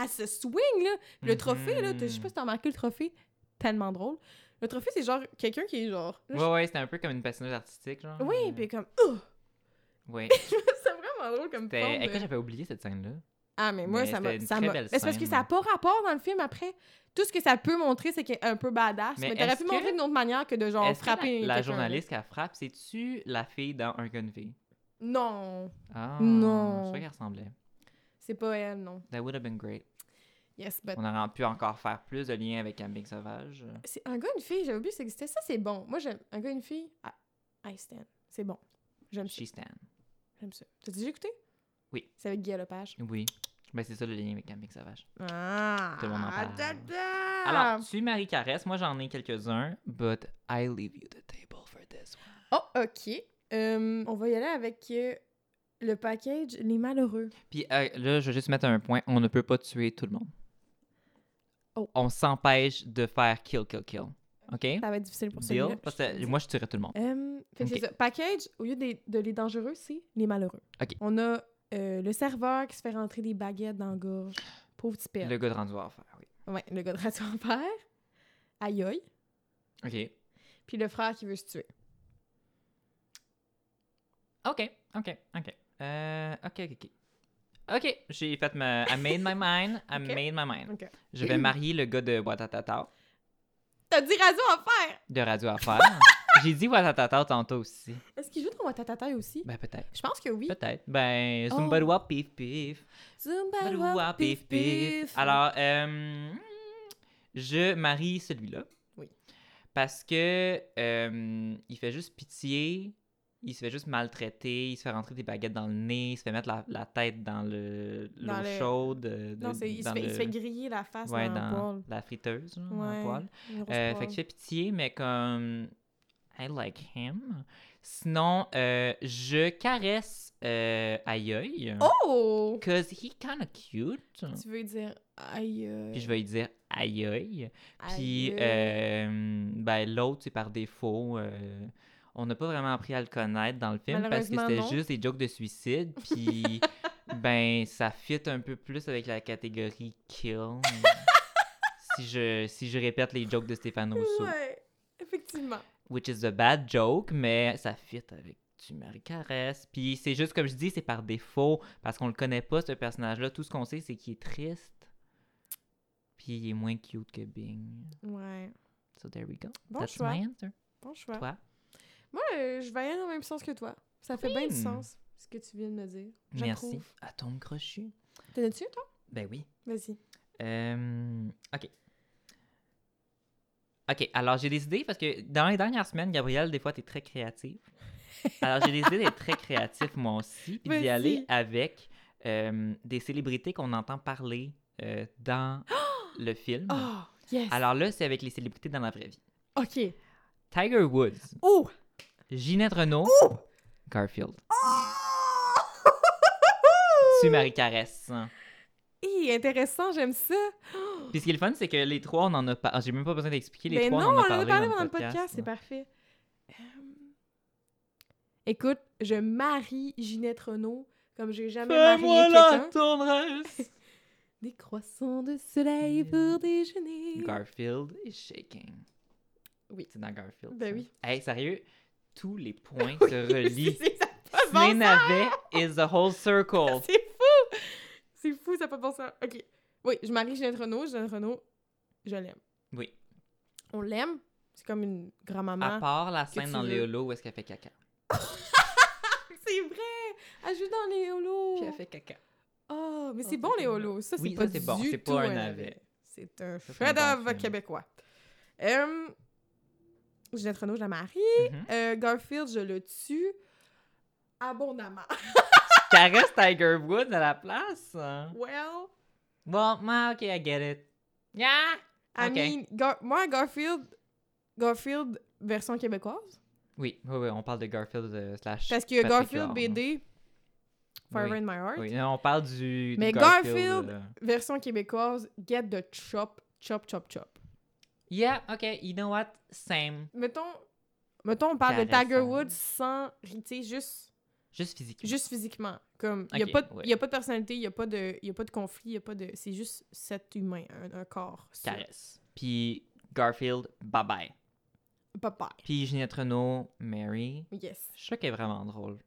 S2: elle se swing là Puis le trophée là t'as- je sais pas si t'as remarqué le trophée tellement drôle. Le trophée, c'est genre quelqu'un qui est genre. là, je-
S1: Ouais, ouais, c'était un peu comme une patineuse artistique, genre.
S2: Oui,
S1: euh,
S2: puis comme. Ouh! <laughs>
S1: Ouais.
S2: c'est vraiment drôle comme
S1: C'était-
S2: forme de-
S1: Écoute, j'avais oublié cette scène-là.
S2: Ah, mais moi,
S1: Mais
S2: ça m'a.
S1: c'était une
S2: ça
S1: très
S2: m'a-
S1: belle
S2: Mais C'est parce que
S1: scène.
S2: ça n'a pas rapport dans le film après. Tout ce que ça peut montrer, c'est qu'il est un peu badass. Mais,
S1: Mais
S2: t'aurais
S1: est-ce
S2: pu montrer
S1: que-
S2: d'une autre manière que de genre
S1: Est-ce que la-
S2: frapper.
S1: La,
S2: quelqu'un,
S1: journaliste qu'elle frappe, c'est-tu la fille dans Un gun V?
S2: là. Non,
S1: Ah,
S2: Non.
S1: Je croyais qu'elle ressemblait.
S2: c'est pas elle, non.
S1: That would have been great.
S2: Yes, but.
S1: On aurait pu encore faire plus de liens avec Camping Sauvage.
S2: C'est un gars, une fille, j'avais oublié que ça existait. Ça, c'est bon. Moi, j'aime. Un gars, une fille, ah, I, I stand. C'est bon. J'aime ça.
S1: She Stan.
S2: J'aime ça. T'as déjà écouté?
S1: Oui.
S2: C'est avec Guy Lepage.
S1: Oui. Ben, c'est ça le lien avec Camping Sauvage.
S2: Ah!
S1: Tout le monde en parle.
S2: dada!
S1: Alors, tu Marie Caresse, moi j'en ai quelques-uns, but I leave you the table for this one.
S2: Oh, OK. Euh, on va y aller avec euh, le package Les Malheureux.
S1: Puis euh, là, je vais juste mettre un point, on ne peut pas tuer tout le monde.
S2: Oh.
S1: On s'empêche de faire kill, kill, kill. OK?
S2: Ça va être difficile pour celui-là.
S1: Deal? Parce
S2: je te le
S1: que
S2: dis.
S1: moi, je tuerais tout le monde.
S2: Euh, fait que
S1: Ok.
S2: c'est ça. Package, au lieu des- de les dangereux, c'est les malheureux.
S1: Ok.
S2: On a euh, le serveur qui se fait rentrer des baguettes dans la gorge. Pauvre petit père.
S1: Le gars de rendu à faire, ah oui.
S2: Ouais, le gars de Radio Enfer. Aïe aïe.
S1: OK.
S2: Puis le frère qui veut se tuer.
S1: OK, OK, OK. Euh, OK, OK, OK. OK, j'ai fait ma... I made my mind, I
S2: <laughs> Ok.
S1: made my mind.
S2: Ok.
S1: Je
S2: <clears throat>
S1: vais marier le gars de Watatata,
S2: T'as dit Radio Enfer!
S1: de
S2: <laughs>
S1: Radio Affaires. j'ai dit Watatata tantôt aussi.
S2: Est-ce qu'il joue ton Watatata aussi?
S1: Ben, peut-être.
S2: Je pense que oui.
S1: Peut-être. Ben,
S2: Oh.
S1: Zumbarwa, pif, pif.
S2: Zumba,
S1: Zumbarwa, ah, pif, pif. Alors, euh, je marie celui-là.
S2: Oui.
S1: Parce que euh, il fait juste pitié, il se fait juste maltraiter, il se fait rentrer des baguettes dans le nez, il se fait mettre la, la tête dans le l'eau
S2: Dans le-
S1: chaude. euh, de-
S2: Non, c'est- il, se
S1: dans
S2: fait, il
S1: le-
S2: se fait griller la face
S1: ouais,
S2: dans, un poêle.
S1: la friteuse, là, dans le
S2: Ouais,
S1: poêle.
S2: une grosse
S1: Euh,
S2: poêle.
S1: fait qu'il fait pitié, mais comme. I like him. Sinon, euh, je caresse euh, Ayoy.
S2: Oh!
S1: Cause he kinda cute.
S2: Tu veux dire aïe. euh,
S1: Mm. Puis je vais lui dire aïe aïe. Puis
S2: aïe, euh,
S1: euh, ben, l'autre, c'est par défaut. euh, on n'a pas vraiment appris à le connaître dans le film parce que
S2: Malheureusement,
S1: c'était
S2: non.
S1: juste des jokes de suicide.
S2: <laughs>
S1: Puis ben, ça fit un peu plus avec la catégorie
S2: <laughs>
S1: kill. si, je, si je répète les jokes de Stéphane Rousseau.
S2: Ouais, effectivement.
S1: Which is a bad joke, mais ça fit avec tu Marie Caresse. Puis c'est juste, comme je dis, c'est par défaut, parce qu'on le connaît pas, ce personnage-là. Tout ce qu'on sait, c'est qu'il est triste. Puis il est moins cute que Bing.
S2: Ouais.
S1: So there we go.
S2: Bon
S1: That's
S2: choix.
S1: my answer.
S2: Bon choix.
S1: Toi?
S2: Moi, euh, je vais aller dans le même sens que toi. Ça fait bien du
S1: Hmm.
S2: sens, ce que tu viens de me dire.
S1: Merci.
S2: J'approuve.
S1: À ton crochu.
S2: T'en as-tu, toi?
S1: Ben oui.
S2: Vas-y.
S1: Euh, OK. OK, alors j'ai décidé, parce que dans les dernières semaines, Gabrielle, des fois, t'es très créative. Alors j'ai décidé d'être très créatif, moi aussi, puis
S2: Vas-y.
S1: d'y aller avec euh, des célébrités qu'on entend parler euh, dans le film.
S2: Oh, yes!
S1: Alors là, c'est avec les célébrités dans la vraie vie.
S2: OK.
S1: Tiger Woods,
S2: Oh!
S1: Ginette Renault, Garfield. Tu Marie Caresse.
S2: Hi, intéressant, j'aime ça.
S1: Puis ce qui est le fun, c'est que les trois, on en a pas. J'ai même pas besoin d'expliquer les
S2: ben
S1: trois.
S2: non,
S1: on en a parlé,
S2: en
S1: dans
S2: pendant le podcast, c'est parfait. Euh, Écoute, je marie Ginette Renault comme j'ai jamais marié quelqu'un. <laughs>
S1: tendresse.
S2: Des croissants de soleil
S1: Mmh.
S2: pour <laughs> déjeuner.
S1: Garfield is shaking.
S2: Oui.
S1: C'est dans Garfield.
S2: Ben
S1: ça.
S2: oui.
S1: Hey, sérieux, tous les points
S2: <laughs> Oui,
S1: se relient.
S2: c'est- c'est-
S1: Ciné
S2: bon sens.
S1: navet is the whole circle.
S2: C'est fou! C'est fou, ça n'a pas de bon sens. OK. Oui, je marie Ginette Renault. Ginette Renault, je l'aime.
S1: Oui.
S2: On l'aime. C'est comme une
S1: À
S2: grand-maman.
S1: part la
S2: tu
S1: scène dans
S2: veux.
S1: Léolo où est-ce qu'elle fait caca.
S2: C'est vrai! Elle joue dans les holos.
S1: Puis elle fait caca.
S2: Oh, mais c'est
S1: Oh,
S2: bon
S1: c'est
S2: les
S1: bon.
S2: holos. Ça, c'est
S1: Oui,
S2: pas
S1: ça, c'est bon.
S2: du
S1: C'est pas
S2: tout
S1: un
S2: un
S1: navet.
S2: navet. C'est un
S1: c'est un bon
S2: chef-d'œuvre
S1: film.
S2: québécois. Euh, Ginette Renault, je la marie.
S1: Mhm.
S2: Euh, Garfield, je le tue abondamment. <laughs>
S1: Caresse Tiger Woods à la place. hein.
S2: Well,
S1: Bon, ma, ok, I get it. Yeah!
S2: I
S1: Ok.
S2: mean, Gar- moi, Garfield, Garfield version québécoise.
S1: Oui, oui, oui, on parle de Garfield euh, slash.
S2: Parce que
S1: Patrick
S2: Garfield
S1: Huard.
S2: BD, Forever
S1: Oui.
S2: in My Heart.
S1: Oui, non, on parle du. du
S2: Mais Garfield-
S1: euh,
S2: Version québécoise, Get the Chop, Chop, Chop, Chop.
S1: Yeah, ok, you know what? Same.
S2: Mettons, mettons on parle de
S1: Caressant.
S2: Tiger Woods sans riter, juste,
S1: Juste physique.
S2: juste physiquement. Comme, il n'y
S1: Ok,
S2: a, pas de-
S1: ouais.
S2: y a pas de personnalité, il n'y a, pas de- y a pas de conflit, y a pas de... C'est juste cet humain, un, un corps. ça.
S1: Caresse. Puis Garfield, bye bye.
S2: Popeye.
S1: Puis Ginette Renault, Mary.
S2: Yes.
S1: Je sais qu'elle est vraiment drôle.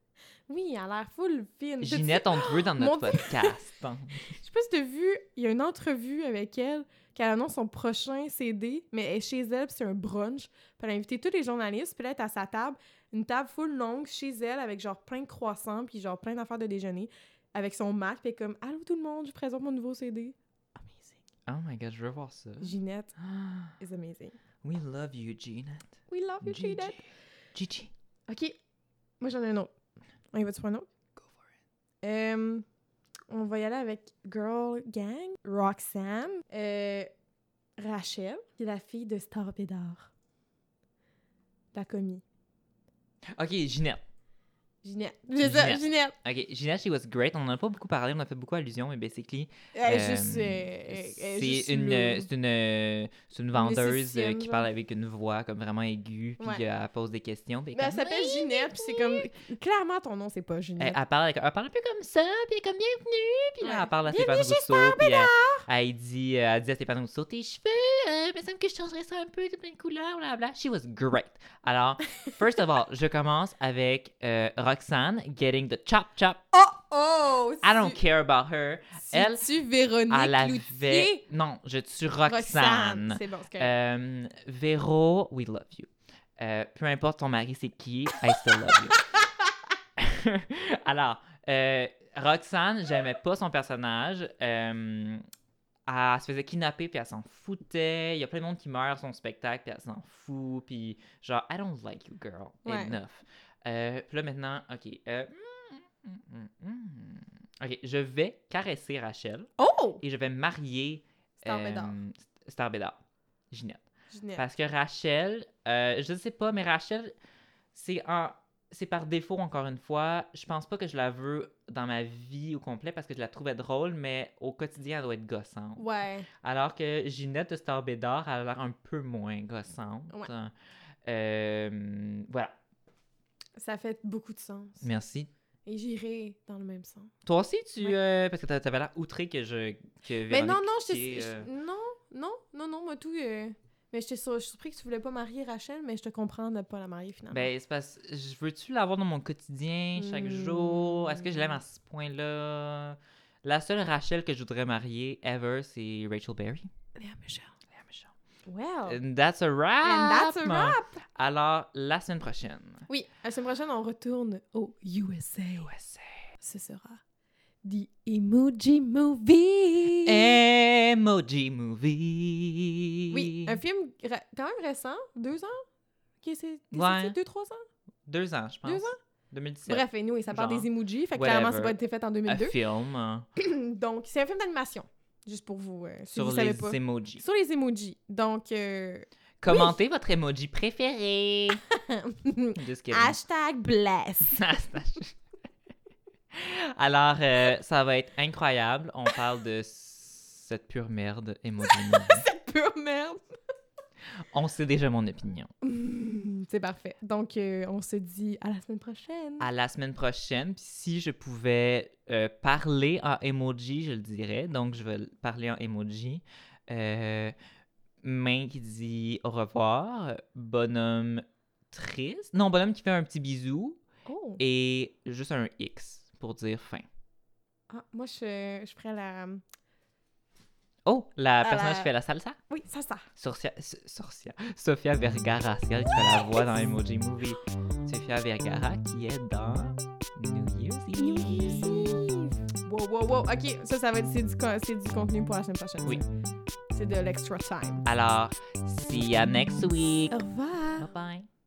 S2: Oui, elle a l'air full fine. T'as-tu-
S1: Ginette, on te veut dans notre
S2: Mon Dieu.
S1: podcast. hein.
S2: Je sais pas si t'as vu, il y a une entrevue avec elle qu'elle annonce son prochain CD, mais elle est chez elle, puis c'est un brunch. Puis elle a invité tous les journalistes, puis là, elle est à sa table, une table full longue chez elle avec genre plein de croissants, puis genre plein d'affaires de déjeuner, avec son Mac, puis elle est comme « Allô tout le monde, je vous présente mon nouveau CD. » Amazing.
S1: Oh my god, je veux voir ça.
S2: Ginette
S1: Ah,
S2: is amazing.
S1: <gasps> We love you, Ginette.
S2: We love you,
S1: Gigi.
S2: Ginette.
S1: Gigi.
S2: OK, moi j'en ai un autre. On y va sur un autre?
S1: Go for it.
S2: Euh, on va y aller avec Girl Gang, Roxanne, euh, Rachel, qui est la fille de Star Bédard. La commis.
S1: Ok, Ginette.
S2: Ginette. C'est ça,
S1: Ginette.
S2: Ginette.
S1: Ok, Ginette, she was great. On en a pas beaucoup parlé, on a fait beaucoup allusion, mais basically,
S2: Elle est
S1: Euh,
S2: juste, euh, elle- elle est juste Ben,
S1: c'est une,
S2: là.
S1: euh, c'est une, euh, c'est une vendeuse euh,
S2: musicienne,
S1: qui
S2: genre.
S1: parle avec une voix comme vraiment aiguë, puis
S2: Ouais.
S1: euh, elle pose des questions. Puis
S2: Ben, elle
S1: comme,
S2: s'appelle Ginette, puis c'est comme... Clairement, ton nom, c'est pas
S1: elle,
S2: Ginette.
S1: elle parle, avec- elle parle plus comme ça, puis elle est comme bienvenue, puis là,
S2: Ouais.
S1: elle parle à
S2: Bienvenue
S1: Stéphane
S2: chez
S1: Rousseau, puis elle, elle dit, euh, elle dit à Stéphane Rousseau, tes cheveux, euh, il me semble que je changerais ça un peu, de plein de couleurs, blablabla. She was great. Alors, first of all, je commence avec euh, Roxane getting the chop chop.
S2: Oh!
S1: I don't care about her. ah, Elle,
S2: tu Véronique
S1: elle avait.
S2: Cloutier?
S1: Non, je tue
S2: Roxane.
S1: Roxane.
S2: C'est bon, c'est correct.
S1: Euh, Véro, we love you. Euh, peu importe ton mari c'est qui, I still love you. <laughs> Alors, euh, Roxane, j'aimais pas son personnage. Euh, elle se faisait kidnapper puis elle s'en foutait. Il y a plein de monde qui meurt sur son spectacle puis elle s'en fout. Puis genre, I don't like you, girl.
S2: Ouais.
S1: Enough. Euh, puis là maintenant, ok. euh, mm, mm, mm, mm. Ok, je vais caresser Rachel
S2: Oh!
S1: et je vais marier
S2: Star Bédard.
S1: euh, Star Bédard. Ginette.
S2: Ginette.
S1: Parce que Rachel, euh, je sais pas, mais Rachel, c'est en- c'est par défaut, encore une fois. Je pense pas que je la veux dans ma vie au complet parce que je la trouvais drôle, mais au quotidien, elle doit être gossante.
S2: Ouais.
S1: Alors que Ginette de Star Bédard, elle a l'air un peu moins gossante.
S2: Ouais.
S1: Euh, voilà.
S2: Ça fait beaucoup de sens.
S1: Merci.
S2: Et j'irai dans le même sens.
S1: Toi aussi, tu.
S2: Ouais.
S1: euh, parce que t'a- t'avais l'air outré que je. Que
S2: Mais non,
S1: Véronique
S2: non, je
S1: Cloutier,
S2: je-
S1: euh,
S2: Non, non, non, non, moi tout. euh, Mais j'étais sur- je suis surpris que tu voulais pas marier Rachel, mais je te comprends de ne pas la marier finalement.
S1: Ben, c'est parce je veux-tu l'avoir dans mon quotidien, chaque
S2: Mm.
S1: jour? Est-ce que je l'aime à ce point-là? La seule Rachel que je voudrais marier ever, c'est Rachel Berry.
S2: Léa Michel.
S1: Léa Michel. Euh,
S2: Well.
S1: And that's a wrap!
S2: Oh. And that's a wrap!
S1: Alors, la semaine prochaine.
S2: Oui, la semaine prochaine, on retourne au USA.
S1: USA.
S2: Ce sera The Emoji Movie.
S1: Emoji Movie.
S2: Oui, un film ra- quand même récent, deux ans. Ok, c'est c'est
S1: Ouais.
S2: sorti deux, trois ans.
S1: Deux ans, je pense.
S2: Deux ans?
S1: 2017.
S2: Bref, et nous, et ça parle
S1: Genre.
S2: des emojis, fait que
S1: Whatever.
S2: clairement, ça a été fait en
S1: un
S2: 2002.
S1: film euh,
S2: Donc, c'est un film d'animation, juste pour vous, euh, si
S1: sur
S2: vous savez
S1: les
S2: pas.
S1: emojis.
S2: Sur les emojis. Donc,
S1: <laughs>
S2: euh,
S1: Commentez votre emoji préféré. Just kidding.
S2: hashtag
S1: <laughs>
S2: bless. <laughs>
S1: Moustache. Alors, euh, ça va être incroyable. On parle de cette pure merde emoji.
S2: <laughs> Pure merde.
S1: On sait déjà mon opinion.
S2: Mm, C'est parfait. Donc, euh, on se dit à la semaine prochaine.
S1: À la semaine prochaine, puis si je pouvais euh, parler en emoji, je le dirais. Donc, je vais le- parler en emoji. Euh, main qui dit au revoir. Bonhomme triste. Non, bonhomme qui fait un petit bisou.
S2: Oh.
S1: Et juste un X pour dire fin.
S2: Ah, moi, je, je ferais la.
S1: Oh, la
S2: la-
S1: personnage qui fait la salsa?
S2: Oui, ça, ça.
S1: Sorcia, S- Sorcia, Sofia Vergara, c'est elle qui fait la voix dans Emoji Movie. Sofia Vergara qui est dans New Year's Eve.
S2: Wow, wow, wow. OK, ça, ça va être c'est du, co- c'est du contenu pour la semaine prochaine.
S1: Oui.
S2: ça. C'est de l'extra time.
S1: Alors, see ya next week.
S2: Au
S1: Bye
S2: revoir.
S1: bye.